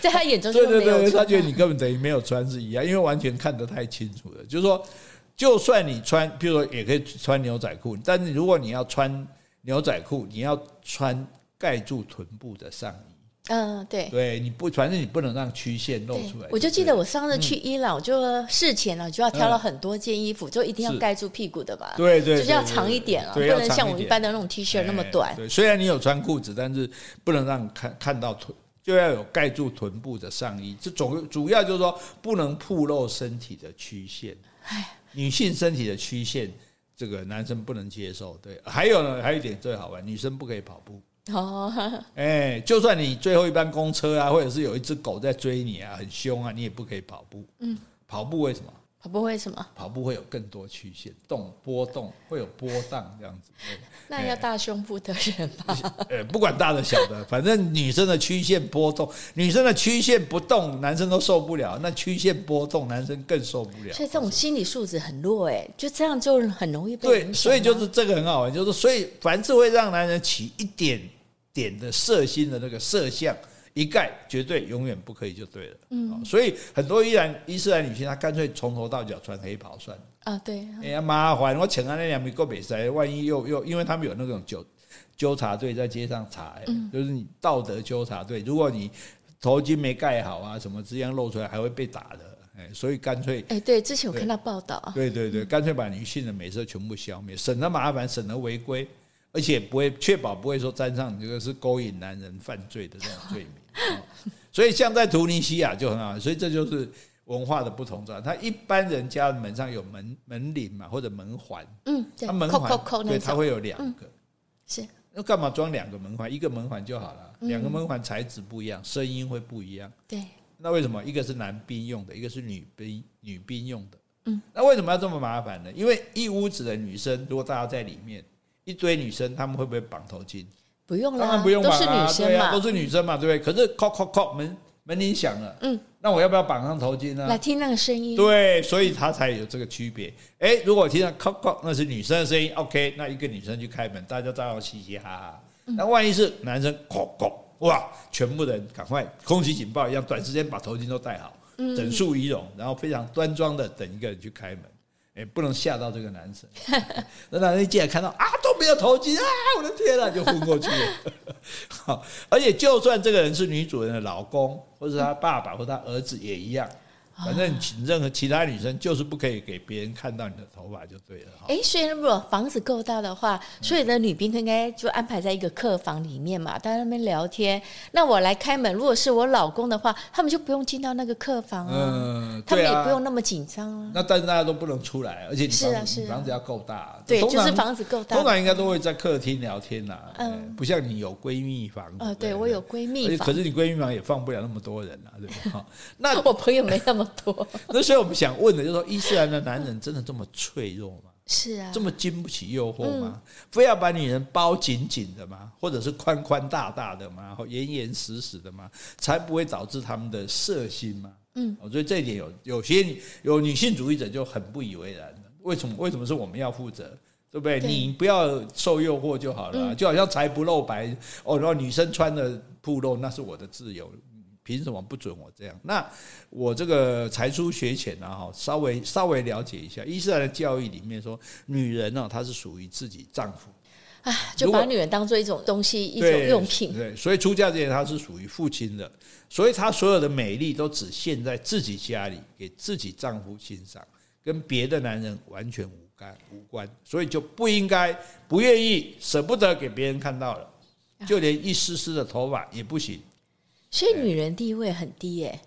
在他眼中就对对没有对，他穿觉得你根本等于没有穿是一样，因为完全看得太清楚了。就是说，就算你穿，譬如说也可以穿牛仔裤，但是如果你要穿牛仔裤，你要穿盖住臀部的上衣。嗯，对。对，你不，反正你不能让曲线露对出来。我就记对嗯得我上次去伊朗，就事前哦呢就要挑了很多件衣服，就一定要是盖住屁股的吧？对对，就是要对长一点啊，不对要能长像我们一点般的那种 T 恤那么短哎。对，虽然你有穿裤子，但是不能让看看到臀，就要有盖住臀部的上衣。这总主要就是说不能暴露身体的曲线，女性身体的曲线，这个男生不能接受。对，还有呢，还有一点最好玩，女生不可以跑步。哦， 哎，就算你最后一班公车啊，或者是有一只狗在追你啊，很凶啊，你也不可以跑步。嗯，跑步为什么？跑步会什么？跑步会有更多曲线，动波动会有波荡这样子。对那要大胸部的人吧？呃，不管大的小的，反正女生的曲线波动，女生的曲线不动，男生都受不了；那曲线波动，男生更受不了。所以这种心理素质很弱哎，就这样就很容易被影响对，啊所以就是这个很好玩，就是所以凡是会让男人起一点点的色心的那个色相，一概绝对永远不可以就对了。嗯，所以很多伊兰伊斯兰女性，她干脆从头到脚穿黑袍算了。啊，对，哎呀，麻烦！我请安那两名够北塞，万一又又，因为他们有那种纠纠察队在街上查、哎就是你道德纠察队，如果你头巾没盖好啊，什么这样露出来，还会被打的。哎，所以干脆，哎，对，之前我看到报道啊，对对对，干脆把女性的美色全部消灭，省得麻烦，省得违规，而且不会确保不会说沾上你这个是勾引男人犯罪的这种罪名。哦所以像在图尼西亚就很好玩，所以这就是文化的不同在。他一般人家门上有门门铃嘛，或者门环，嗯，对，它啊门扣扣环扣那对它种，嗯会有两个，是那干嘛装两个门环？一个门环就好了，嗯两个门环材质不一样，声音会不一样。对，那为什么一个是男兵用的，一个是女兵女兵用的？嗯，那为什么要这么麻烦呢？因为一屋子的女生，如果大家在里面，一堆女生，她们会不会绑头巾？不用当啦，然不用都绑是啦、女对生啊，嘛都，是女生嘛，对不对？可是扣扣扣门门铃响了，嗯，那我要不要绑上头巾呢？来听那个声音，啊对，所以他才有这个区别。哎，如果我听到敲敲，那是女生的声音，OK，那一个女生去开门，大家照样嘻嘻哈哈。那万一是男生，敲敲，哇，全部人赶快空袭警报一样，短时间把头巾都戴好，整数仪容，然后非常端庄的等一个人去开门。哎，不能吓到这个男生。那男生一进来看到啊，都没有头巾啊，我的天啊，就昏过去了。 好，而且就算这个人是女主人的老公，或是她爸爸或她儿子也一样，啊反正请任何其他女生就是不可以给别人看到你的头发就对了哈。哎，所以如果房子够大的话，所有的女宾客应该就安排在一个客房里面嘛，大家在那边聊天。那我来开门，如果是我老公的话，他们就不用进到那个客房啊，嗯，他们对也不用啊。那么紧张啊。那但是大家都不能出来，而且你是啊房子、是啊你房子要够大，对，通就常是房子够大通。常应该都会在客厅聊天啦、嗯嗯，不像你有闺蜜房。呃，不对我有闺而蜜且可房，是你闺蜜房也放不了那么多人啊，对吧？哈那 我朋友没那么 多。那所以我们想问的就是说，伊斯兰的男人真的这么脆弱吗？是啊这，么经不起诱惑吗？非要把女人包紧紧的吗？或者是宽宽大大的吗？或严严实实的吗？才不会导致他们的色心吗？嗯，所以这一点有有些有女性主义者就很不以为然，为什么为什么是我们要负责？对不对？对你不要受诱惑就好了啊、就好像财不露白哦，然后女生穿的暴露那是我的自由，凭什么不准我这样？那我这个才疏学浅啊，哈，稍微稍微了解一下伊斯兰的教义里面说，女人呢、啊她是属于自己丈夫哎，就如果把女人当做一种东西、一种对用品，对，所以出嫁之前她是属于父亲的，所以她所有的美丽都只限在自己家里，给自己丈夫欣赏，跟别的男人完全无干无关，所以就不应该、不愿意、舍不得给别人看到了，啊就连一丝丝的头发也不行。所以女人地位很低耶、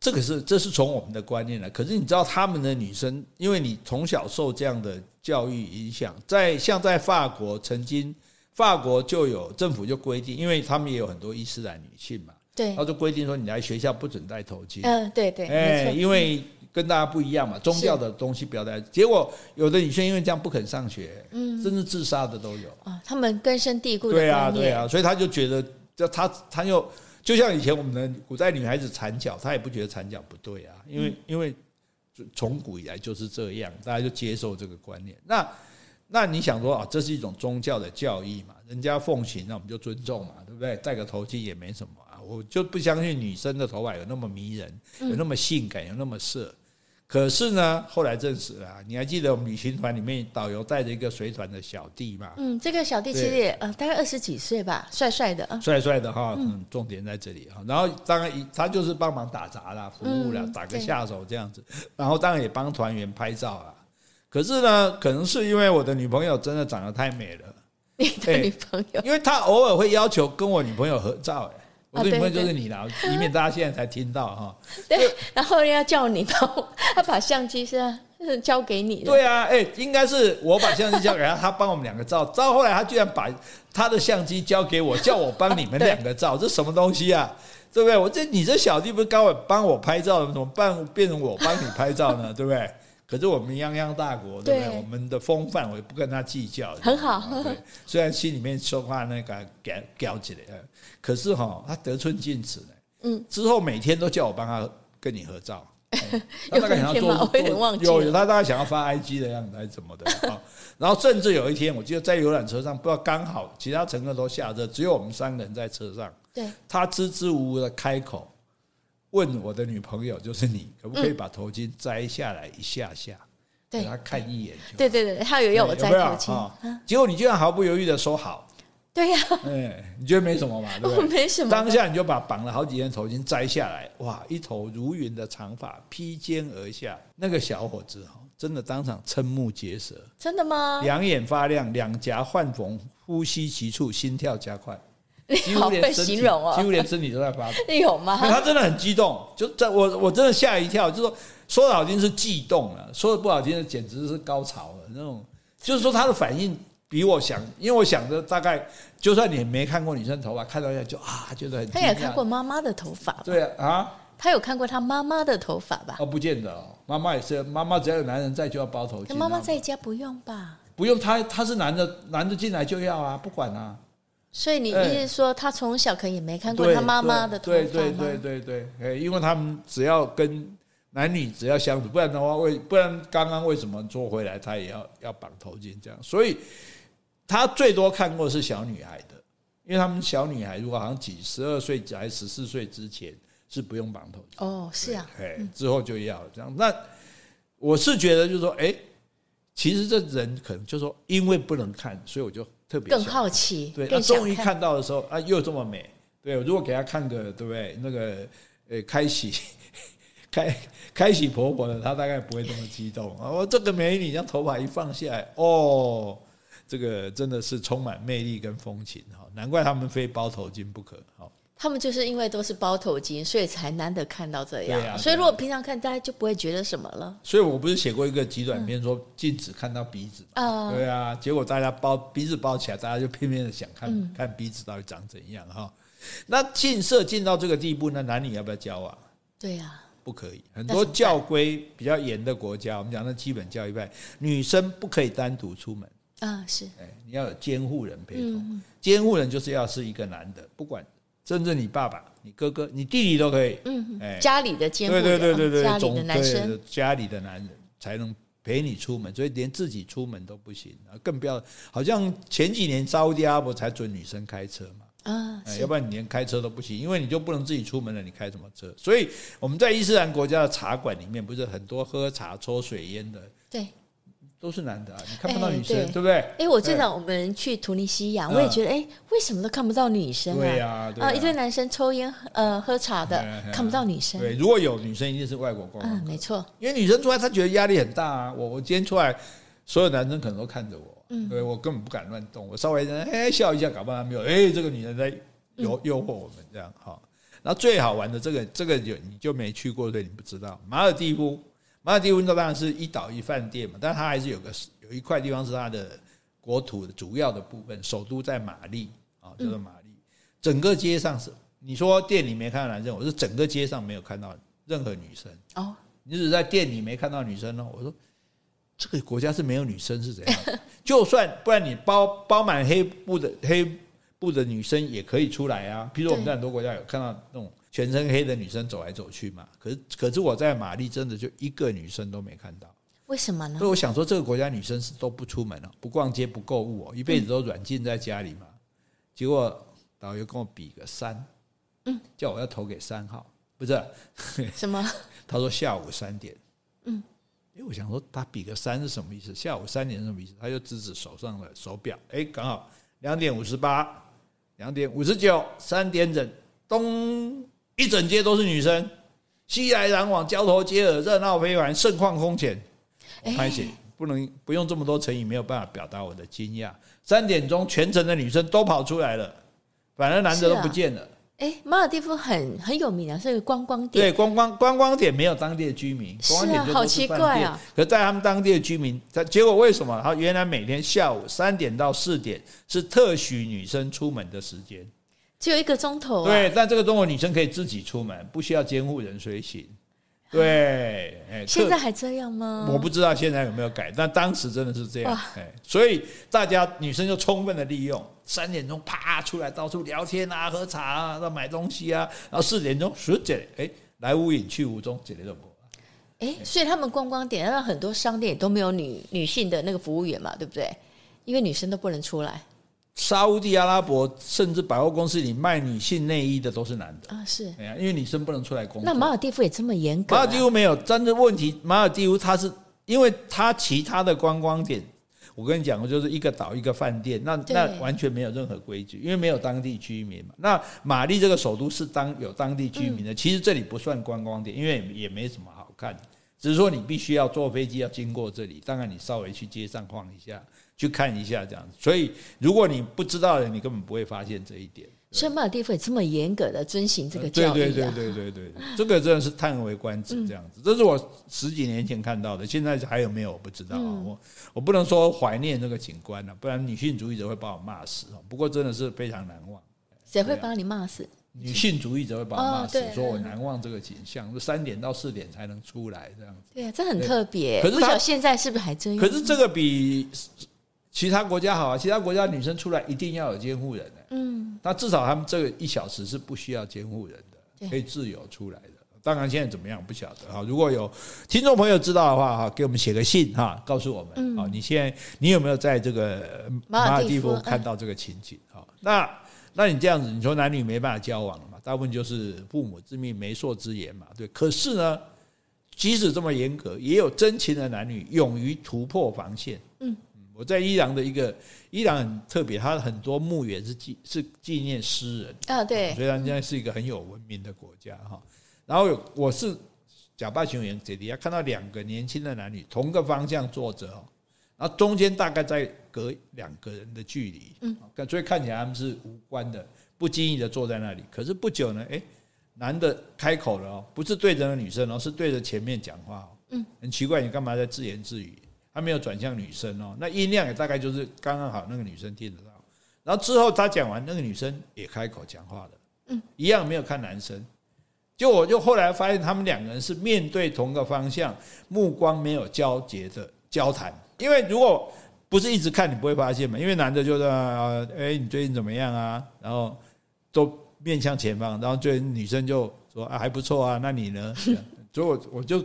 这个是这是从我们的观念来，可是你知道他们的女生，因为你从小受这样的教育影响，在像在法国曾经，法国就有政府就规定，因为他们也有很多伊斯兰女性嘛，对然，后就规定说你来学校不准戴头巾，哎嗯，对对，没错，因为跟大家不一样嘛，宗教的东西不要戴。结果有的女生因为这样不肯上学，嗯，甚至自杀的都有。啊，他们根深蒂固的对啊，观念，对啊，所以他就觉得，就他他又就像以前我们的古代女孩子缠脚，她也不觉得缠脚不对啊，因为、因为从古以来就是这样，大家就接受这个观念。那那你想说啊，这是一种宗教的教义嘛，人家奉行，那我们就尊重嘛，对不对？戴个头巾也没什么啊，我就不相信女生的头发有那么迷人，有那么性感，有那么色。可是呢，后来证实了啊、你还记得我们旅行团里面导游带着一个随团的小弟嘛？嗯，这个小弟其实对也呃，大概二十几岁吧，帅帅的啊， 帅帅的哈，嗯，重点在这里哈。然后当然一，他就是帮忙打杂啦、服务啦嗯，打个对下手这样子。然后当然也帮团员拍照啦。可是呢，可能是因为我的女朋友真的长得太美了， 你的哎女朋友，因为她偶尔会要求跟我女朋友合照、哎，我的啊对女朋友就是你啦，以免大家现在才听到哈。对，然后人家叫你帮我， 他把相机是啊是交给你的，对啊，哎、应该是我把相机交给他，他帮我们两个照。照后来他居然把他的相机交给我，叫我帮你们两个照，这什么东西啊？对不对？我这你这小弟不是刚好帮我拍照，怎么办？变成我帮你拍照呢？对不对？可是我们泱泱大国，对不对？对我们的风范，我也不跟他计较。很好 对，虽然心里面说话那个搞搞起来，呃可是哈、他得寸进尺呢。嗯，之后每天都叫我帮他跟你合 照。哎他有大概想要一天做吗我有点做忘记有了有他大概想要发 IG 的样子还是怎么 的啊？然后甚至有一天，我记得在游览车上，不知道刚好其他乘客都下车，只有我们三个人在车上。对，他支支吾吾的开口问我的女朋友，就是你，可不可以把头巾摘下来一下下，嗯对给他看一眼就好。对对对，他有要我对摘哎有没头有巾，啊结果你居然毫不犹豫的说好，对呀，哎，你觉得没什 么嘛？对我不对？没什么，当下你就把绑了好几天头巾摘下来，哇，一头如云的长发披肩而下，那个小伙子哈，真的当场瞠目结舌，真的吗？两眼发亮，两颊泛红，呼吸急促，心跳加快，几 你乎好连会身体形容几乎哦，连身体都在发抖。你有吗 没？有他真的很激动，就在我我真的吓一跳，就说说的好听是悸动了，说的不好听的简直是高潮了那种，就是说他的反应比我想，因为我想着大概就算你没看过女生头发，看到一下就啊觉得很他惊也看过讶，妈妈的头发吧，对啊啊他有看过他妈妈的头发吧？哦不见得哦，妈妈也是妈妈只要有男人在就要包头巾他啊，妈妈在家不用吧？不用他他是男的男的进来就要啊，不管啊，所以你哎意思是说，他从小可能也没看过对他妈妈的头对发对对吗？对对，哎，因为他们只要跟男女只要相处，不然的话为不然刚刚为什么做回来他也要要绑头巾这样，所以他最多看过是小女孩的，因为他们小女孩如果好像几十二岁还十四岁之前是不用绑头巾，哦，是啊，哎，之后就要了这样。那我是觉得就是说，哎，其实这人可能就说因为不能看，所以我就特别更想好奇，对，那更想终于看到的时候啊，又这么美，对，如果给他看个对不对？那个呃，开喜 开开喜婆婆的，她大概不会这么激动啊。我这个美女，将头发一放下来，哦，这个真的是充满魅力跟风情哈，难怪他们非包头巾不可哈。他们就是因为都是包头巾，所以才难得看到这样。对啊所以对啊如果平常看，大家就不会觉得什么了。所以我不是写过一个极短嗯篇说禁止看到鼻子嘛？啊对啊，结果大家包鼻子包起来，大家就拼命的想看、嗯看鼻子到底长怎样哈。那近色近到这个地步，那男女要不要交往？对啊呀、不可以。很怎多么办教规比较严的国家，我们讲的基本教育派，女生不可以单独出门，啊，啊是嗯哎，你要有监护人陪同。监护人就是要是一个男的，不管甚至你爸爸、你哥哥、你弟弟都可以。嗯，哎家里的监护对人，哦对对对对，家里总的男生，对家里的男人才能陪你出门，所以连自己出门都不行啊，更不要。好像前几年沙特阿拉伯才准女生开车嘛，啊，哎是要不然你连开车都不行，因为你就不能自己出门了，你开什么车？所以我们在伊斯兰国家的茶馆里面，不是很多喝茶、抽水烟的对。都是男的啊，你看不到哎女生，对对不对？哎，我最早我们去突尼西亚，我也觉得，哎，为什么都看不到女生嗯对啊？呀，对啊，呀一堆男生抽烟，呃，喝茶的哎哎，看不到女生。对，如果有女生，一定是外国观光嗯，客没错，因为女生出来，她觉得压力很大啊。我我今天出来，所有男生可能都看着我，对我根本不敢乱动，我稍微哎笑一下，搞不好他没有，哎，这个女人在诱诱惑我们这样哈。然后最好玩的这个这个有你就没去过，所以你不知道马尔蒂夫。马尔蒂夫那当然是一岛一饭店嘛，但它还是有个有一块地方是它的国土的主要的部分，首都在马利啊，叫做马利。整个街上是你说店里没看到男生，我是整个街上没有看到任何女生。哦，你只是在店里没看到女生哦。我说这个国家是没有女生是怎样？就算不然你包包满黑布的黑布的女生也可以出来啊。譬如我们对在很多国家有看到那种全身黑的女生走来走去嘛。可是可是我在马利真的就一个女生都没看到。为什么呢所？以我想说，这个国家女生是都不出门了、不逛街、不购物哦，一辈子都软禁在家里嘛。结果导游跟我比个三，嗯，叫我要投给三号，不是什么？他说下午三点。嗯，因为我想说他比个三是什么意思？下午三点是什么意思？他就指指手上的手表，哎，刚好两点五十八、两点五十九、三点整，咚，一整街都是女生，熙来攘往，交头接耳，热闹非凡，盛况空前。我拍写不能不用这么多成语，没有办法表达我的惊讶。三点钟，全城的女生都跑出来了，反而男的是都啊不见了。哎，马尔蒂夫很很有名啊，是个观光对，点。观光观光点没有当地的居民，是啊观光点就好都奇是饭怪店啊。可在他们当地的居民，他结果为什么？他原来每天下午三点到四点是特许女生出门的时间，只有一个钟头啊。对，但这个中国女生可以自己出门，不需要监护人随行。对，哎，现特在还这样吗？我不知道现在有没有改，但当时真的是这样嗯哇，哎，所以大家女生就充分的利用，三点钟啪出来到处聊天啊、喝茶啊、到买东西啊，然后四点钟十姐哎来无影去无踪，姐姐都不。哎，所以他们观光点，让很多商店也都没有女女性的那个服务员嘛，对不对？因为女生都不能出来沙乌地阿拉伯甚至百货公司里卖女性内衣的都是男的，啊，是。哎呀，因为女生不能出来工作。那马尔蒂夫也这么严格、马啊？尔蒂夫没有，但是问题，马尔蒂夫它是因为它其他的观光点，我跟你讲过，就是一个岛一个饭店，那对那完全没有任何规矩，因为没有当地居民嘛。那马利这个首都是当有当地居民嗯的，其实这里不算观光点，因为也没什么好看，只是说你必须要坐飞机要经过这里，当然你稍微去街上晃一下，去看一下这样子。所以如果你不知道的，你根本不会发现这一点。所以马尔蒂夫也这么严格的遵循这个呃对教育、啊嗯对嗯对对对对对，这个真的是叹为观止，这样子。这是我十几年前看到的，现在还有没有我不知道啊。嗯我我不能说怀念这个景观了、不然女性主义者会把我骂死哦。不过真的是非常难忘，谁会把你骂死？女性主义者会把我骂死，哦对说我难忘这个景象，就三点到四点才能出来这样子。对啊，这很特别。可是他不晓得现在是不是还这样？可是这个比其他国家好啊，其他国家女生出来一定要有监护人的、嗯，那至少他们这个一小时是不需要监护人对的，可以自由出来的。当然现在怎么样不晓得哈。如果有听众朋友知道的话哈，给我们写个信哈，告诉我们啊，你现在你有没有在这个呃马尔马尔地地夫夫看到这个情景哈？那那你这样子，你说男女没办法交往了嘛？大部分就是父母之命、媒妁之言嘛，对。可是呢，即使这么严格，也有真情的男女勇于突破防线。嗯，我在伊朗的一个伊朗很特别，它很多墓园是纪是纪念诗人，啊，对，所以它现在是一个很有文明的国家哈。然后有我是假扮熊员姐弟，看到两个年轻的男女同个方向坐着哦，然后中间大概在隔两个人的距离，嗯，所以看起来他们是无关的，不经意的坐在那里。可是不久呢，哎，男的开口了哦，不是对着那女生哦，是对着前面讲话哦，嗯，很奇怪，你干嘛在自言自语？他没有转向女生哦，那音量也大概就是刚刚好，那个女生听得到。然后之后他讲完，那个女生也开口讲话了，嗯，一样没有看男生。就我就后来发现，他们两个人是面对同个方向，目光没有交结的交谈。因为如果不是一直看，你不会发现嘛。因为男的就是，呃哎、你最近怎么样啊？然后都面向前方，然后就女生就说啊还不错啊，那你呢？ 这样所以我我就，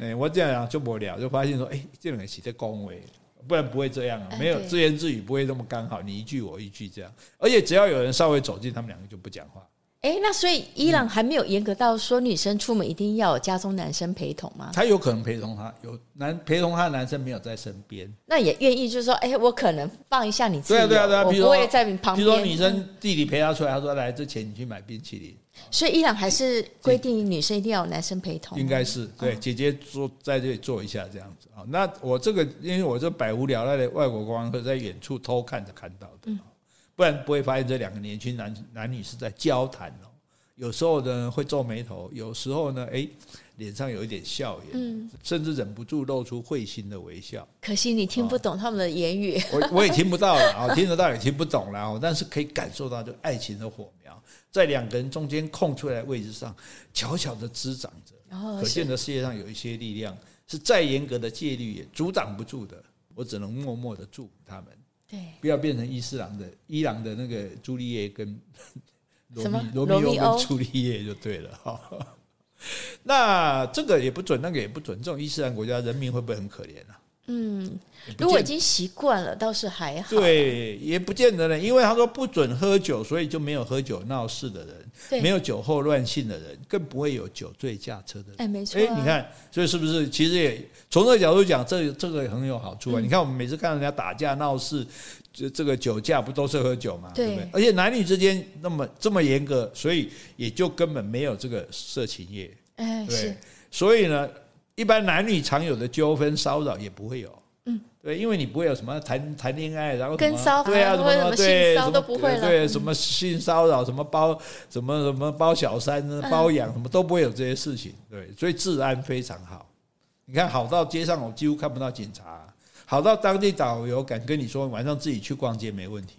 哎、我这样讲就无聊，就发现说，哎、这两个是在恭维，不然不会这样啊，嗯没有对自言自语不会那么刚好，你一句我一句这样，而且只要有人稍微走近，他们两个就不讲话。哎，那所以伊朗还没有严格到说女生出门一定要有家中男生陪同吗？他有可能陪同他，有男陪同他的男生没有在身边。那也愿意就是说，哎，我可能放一下你自对由，啊，对啊，对啊。我比如不说会在你旁比边。如说女生弟弟陪她出来，他说：“来，这钱你去买冰淇淋。所以伊朗还是嗯规定女生一定要有男生陪”同，应该是哦对，姐姐坐在这里坐一下这样子啊。那我这个，因为我这百无聊赖的外国观光客在远处偷看着看到的，嗯哦不然不会发现这两个年轻男男女是在交谈哦。有时候呢会皱眉头，有时候呢哎脸上有一点笑颜，嗯甚至忍不住露出会心的微笑。可惜你啊听不懂他们的 言语。我我也听不到了啊，听得到也听不懂了啊，但是可以感受到这个爱情的火苗在两个人中间空出来的位置上悄悄的滋长着。然后可见的世界上有一些力量是再严格的戒律也阻挡不住的，我只能默默的祝福他们，对，不要变成伊斯兰的伊朗的那个朱丽叶跟罗什么密罗罗密密欧欧跟朱丽叶就对了哈。那这个也不准，那个也不准，这种伊斯兰国家人民会不会很可怜啊？嗯，也不如果见已经习惯了，倒是还好。 对，也不见得呢，因为他说不准喝酒，所以就没有喝酒闹事的人，对没有酒后乱性的人，更不会有酒醉驾车的人。哎，没错、哎啊，你，看，所以是不是其实也从这个角度讲，这这个很有好处嗯啊？你看我们每次看人家打架闹事，这这个酒驾不都是喝酒嘛？对不对对？而且男女之间那么这么严格，所以也就根本没有这个色情业。哎，对是，，所以呢，一般男女常有的纠纷骚扰也不会有。嗯，对，因为你不会有什么谈谈恋爱，然后什么跟骚对啊，啊什或么者什么对性骚什么都不会了对，嗯什么性骚扰，什么包什么什么包小三嗯呢，包养什么都不会有这些事情。对，所以治安非常好。你看，好到街上我几乎看不到警察，好到当地导游敢跟你说晚上自己去逛街没问题，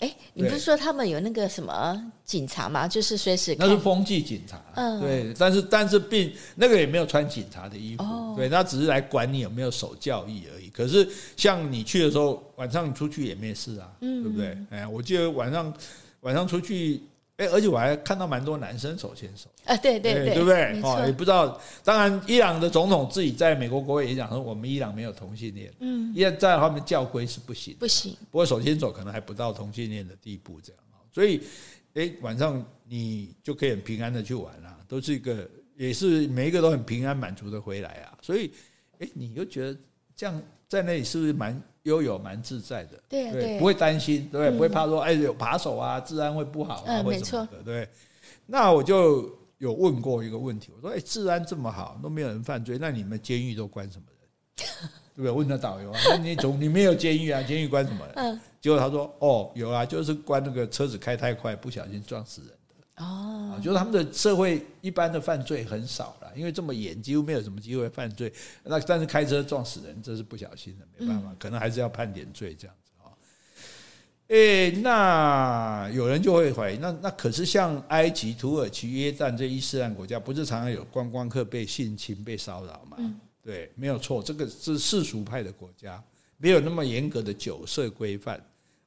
哎，你不是说他们有那个什么警察吗？就是随时那看是风纪警察，嗯对，但是但是并那个也没有穿警察的衣服，哦对，他只是来管你有没有守教义而已。可是像你去的时候，晚上你出去也没事啊，嗯对不对？哎，我记得晚上晚上出去，哎，而且我还看到蛮多男生手牵手，啊，对对对对，不对？没哦，也错，不知道。当然，伊朗的总统自己在美国国会也讲说，我们伊朗没有同性恋，嗯，因为在他们教规是不行的。不行，不过手牵手可能还不到同性恋的地步，这样啊，所以，诶，晚上你就可以很平安的去玩啦、都是一个，也是每一个都很平安满足的回来啊，所以，诶，你又觉得这样在那里是不是蛮悠游、蛮自在的？对啊对啊不会担心，对不对，不会怕说，哎，有扒手啊，治安会不好啊，嗯或者没什错么的，对不对。那我就有问过一个问题，我说，哎，治安这么好，都没有人犯罪，那你们监狱都关什么人？ 对不对？问那导游啊，那你总你没有监狱啊，监狱关什么人？嗯，结果他说：“哦，有啊，就是关那个车子开太快，不小心撞死人哦，啊。就是他们的社会一般的犯罪很少了，因为这么严，几乎没有什么机会犯罪。那但是开车撞死人，这是不小心的，没嗯办法，可能还是要判点罪这样子啊。诶，那有人就会怀疑，那那可是像埃及、土耳其、约旦这伊斯兰国家，不是常常有观光客被性侵、被骚扰吗？嗯对，没有错，这个是世俗派的国家，没有那么严格的酒色规范。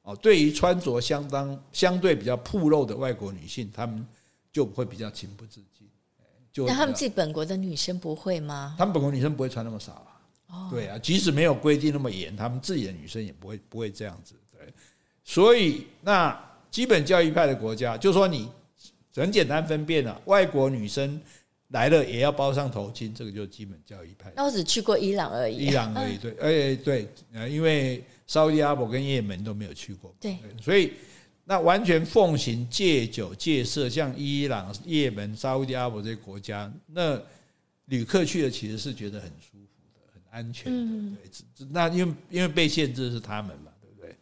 哦，对于穿着相当相对比较暴露的外国女性，她们就会比较情不自禁。哎就会那他比们较自己本国的女生不会吗？他们本国女生不会穿那么少啊。对啊，即使没有规定那么严，他们自己的女生也不会不会这样子。对，所以那基本教育派的国家，就说你很简单分辨了、外国女生来了也要包上头巾，这个就是基本教育派。那我只去过伊朗而已，啊嗯伊朗而已，对，哎对，呃，因为沙特阿拉伯跟也门都没有去过，对，所以那完全奉行戒酒戒色，像伊朗、也门、沙特阿拉伯这些国家，那旅客去的其实是觉得很舒服的、很安全的，嗯对，只只那因为因为被限制是他们嘛，对不对？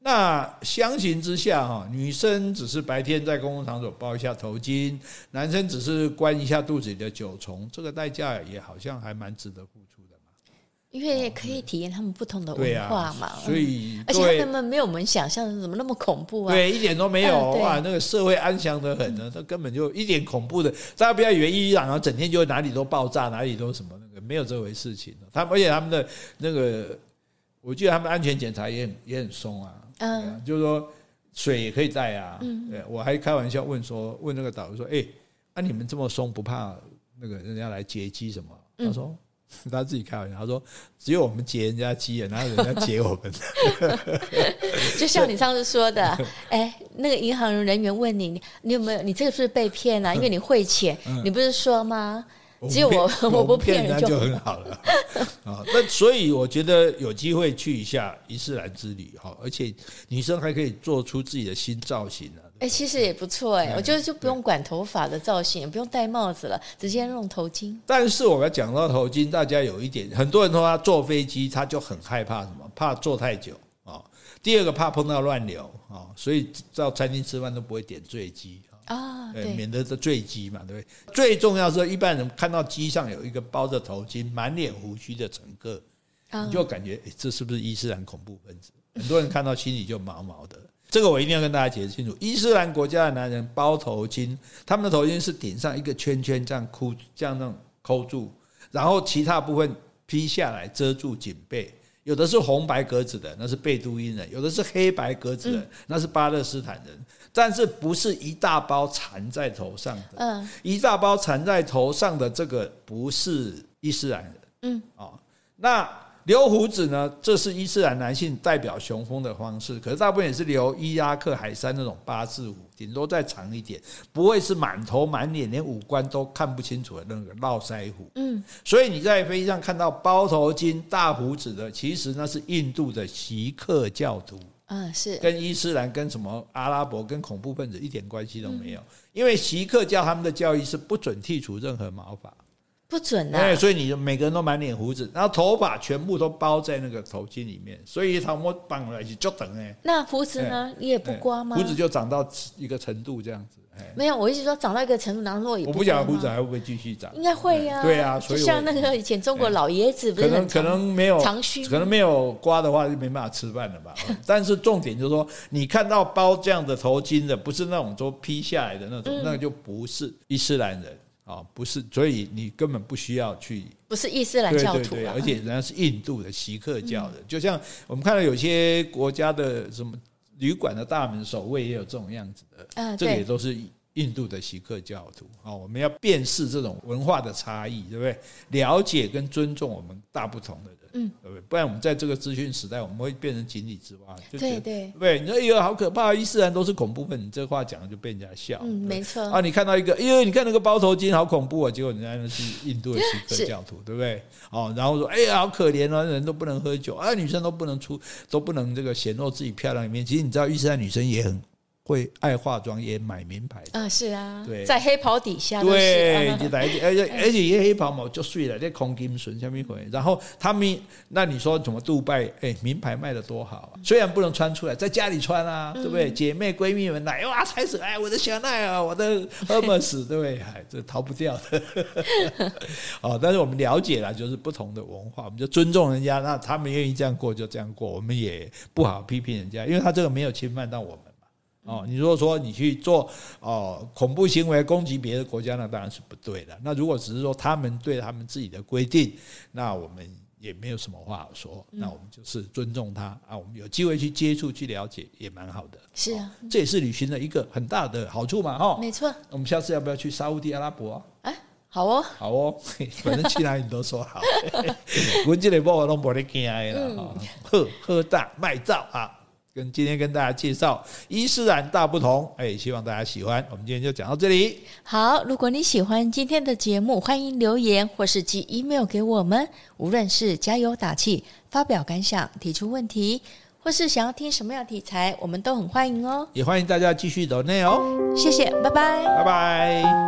那相形之下，哈，女生只是白天在公共场所包一下头巾，男生只是关一下肚子里的酒虫，这个代价也好像还蛮值得付出的嘛。因为可以体验他们不同的哦对文啊化嘛，所以嗯而且对他们没有我们想象的怎么那么恐怖啊，对，一点都没有、嗯对哇！那个社会安详的很呢，它根本就一点恐怖的。大家不要以为伊朗啊，整天就哪里都爆炸，哪里都什么那个，没有这回事情的。他们而且他们的那个，我记得他们安全检查也很也很松啊，嗯对啊就是说水也可以带啊。对，我还开玩笑问说，问那个导游说，哎、啊你们这么松，不怕那个人家来劫机什么？嗯他说。 他自己开玩笑，他说：“只有我们劫人家机啊，哪有人家劫我们？ 就像你上次说的，哎，那个银行人员问你，你你有没有？你这个是不是被骗啊了、因为你汇钱，你不是说吗？只有 我嗯 我我不不骗骗人人家就就很好了 啊。那所以我觉得有机会去一下伊斯兰之旅哈，而且女生还可以做出自己的新造型啊。哎、其实也不错嗯哎、我觉得就不用管头发的造型，也不用戴帽子了，直接弄头巾。但是我们讲到头巾，大家有一点，很多人说他坐飞机他就很害怕什么，怕坐太久啊、哦第二个怕碰到乱流啊、哦所以到餐厅吃饭都不会点醉鸡啊。啊，对，对，免得这坠机嘛，对不对？最重要是，一般人看到机上有一个包着头巾、满脸胡须的乘客，啊你就感觉、诶这是不是伊斯兰恐怖分子？很多人看到心里就毛毛的。这个我一定要跟大家解释清楚：伊斯兰国家的男人包头巾，他们的头巾是顶上一个圈圈，这样箍，这样那种扣住，然后其他部分披下来遮住颈背。有的是红白格子的，那是贝都因人；有的是黑白格子的，嗯那是巴勒斯坦人。但是不是一大包缠在头上的？嗯，一大包缠在头上的这个不是伊斯兰人，嗯，哦，那留胡子呢？这是伊斯兰男性代表雄风的方式，可是大部分也是留伊拉克海山那种八字胡，顶多再长一点，不会是满头满脸连五官都看不清楚的那个络腮胡，嗯，所以你在飞机上看到包头巾、大胡子的，其实那是印度的锡克教徒。啊，是，跟伊斯兰、跟什么阿拉伯、跟恐怖分子一点关系都没有，因为锡克教他们的教义是不准剔除任何毛发，不准哎，啊，所以你每个人都满脸胡子，然后头发全部都包在那个头巾里面，所以他们绑在一起就等哎，那胡子呢？你也不刮吗？胡子就长到一个程度这样子，哎，没有，我一直说长到一个程度，然后落也我不不晓刮得胡子吗还会不会继续长，应该会呀、对啊所就以像我哎那个以前中国老爷子不可是能很可长能没有长须吗可能没有刮的话就没办法吃饭了 吧。但是重点就是说，你看到包这样的头巾的，不是那种说披下来的那嗯种，那个就不是伊斯兰人啊、不是，所以你根本不需要去不是伊斯兰对教对徒嗯对，啊，而且人家是印度的锡克教的，就像我们看到有些国家的什么旅馆的大门守卫也有这种样子的，嗯这个对也都是印度的锡克教徒啊、哦。我们要辨识这种文化的差异，对不对？了解跟尊重我们大不同的人，嗯，对不对？不然我们在这个资讯时代，我们会变成井底之蛙，就觉得对对，对，你说哎呦好可怕，伊斯兰都是恐怖分子，你这话讲了就被人家笑，嗯，对没错，啊，你看到一个，哎呦，你看那个包头巾好恐怖啊！结果人家那是印度的锡 是克教徒，对不对？哦，然后说，哎呀，好可怜啊，人都不能喝酒啊，女生都不能出，都不能这个显露自己漂亮一面。其实你知道，伊斯兰女生也很会爱化妆，也买名牌的。啊，是啊对，在黑袍底下都是对，啊就来，而且而且也黑袍嘛，就碎了，这空金笋下面回。然后他们，那你说怎么杜拜？哎，名牌卖的多好啊！嗯虽然不能穿出来，在家里穿啊，对不对？姐妹闺蜜们来，哇，财神，哎，我的香奈儿，我的 Hermes，对不对？哎，这逃不掉的。 哦，但是我们了解了，就是不同的文化，我们就尊重人家，那他们愿意这样过就这样过，我们也不好批评人家，因为他这个没有侵犯到我们嘛。哦，你如果说你去做哦恐怖行为攻击别的国家，那当然是不对的。那如果只是说他们对他们自己的规定，那我们也没有什么话好说。嗯那我们就是尊重他啊，我们有机会去接触、去了解，也蛮好的。是啊哦，这也是旅行的一个很大的好处嘛，哈。没错，我们下次要不要去沙烏地阿拉伯啊、哎，好哦，好哦， 反正去哪里你都说好。 我这里帮我都没得惊的啦，哈喝喝大卖照啊！跟今天跟大家介绍伊斯兰大不同，哎，希望大家喜欢。我们今天就讲到这里，好，如果你喜欢今天的节目，欢迎留言或是寄 email 给我们。无论是加油打气、发表感想、提出问题，或是想要听什么样的题材，我们都很欢迎哦。也欢迎大家继续走内哦，谢谢，拜拜。拜拜。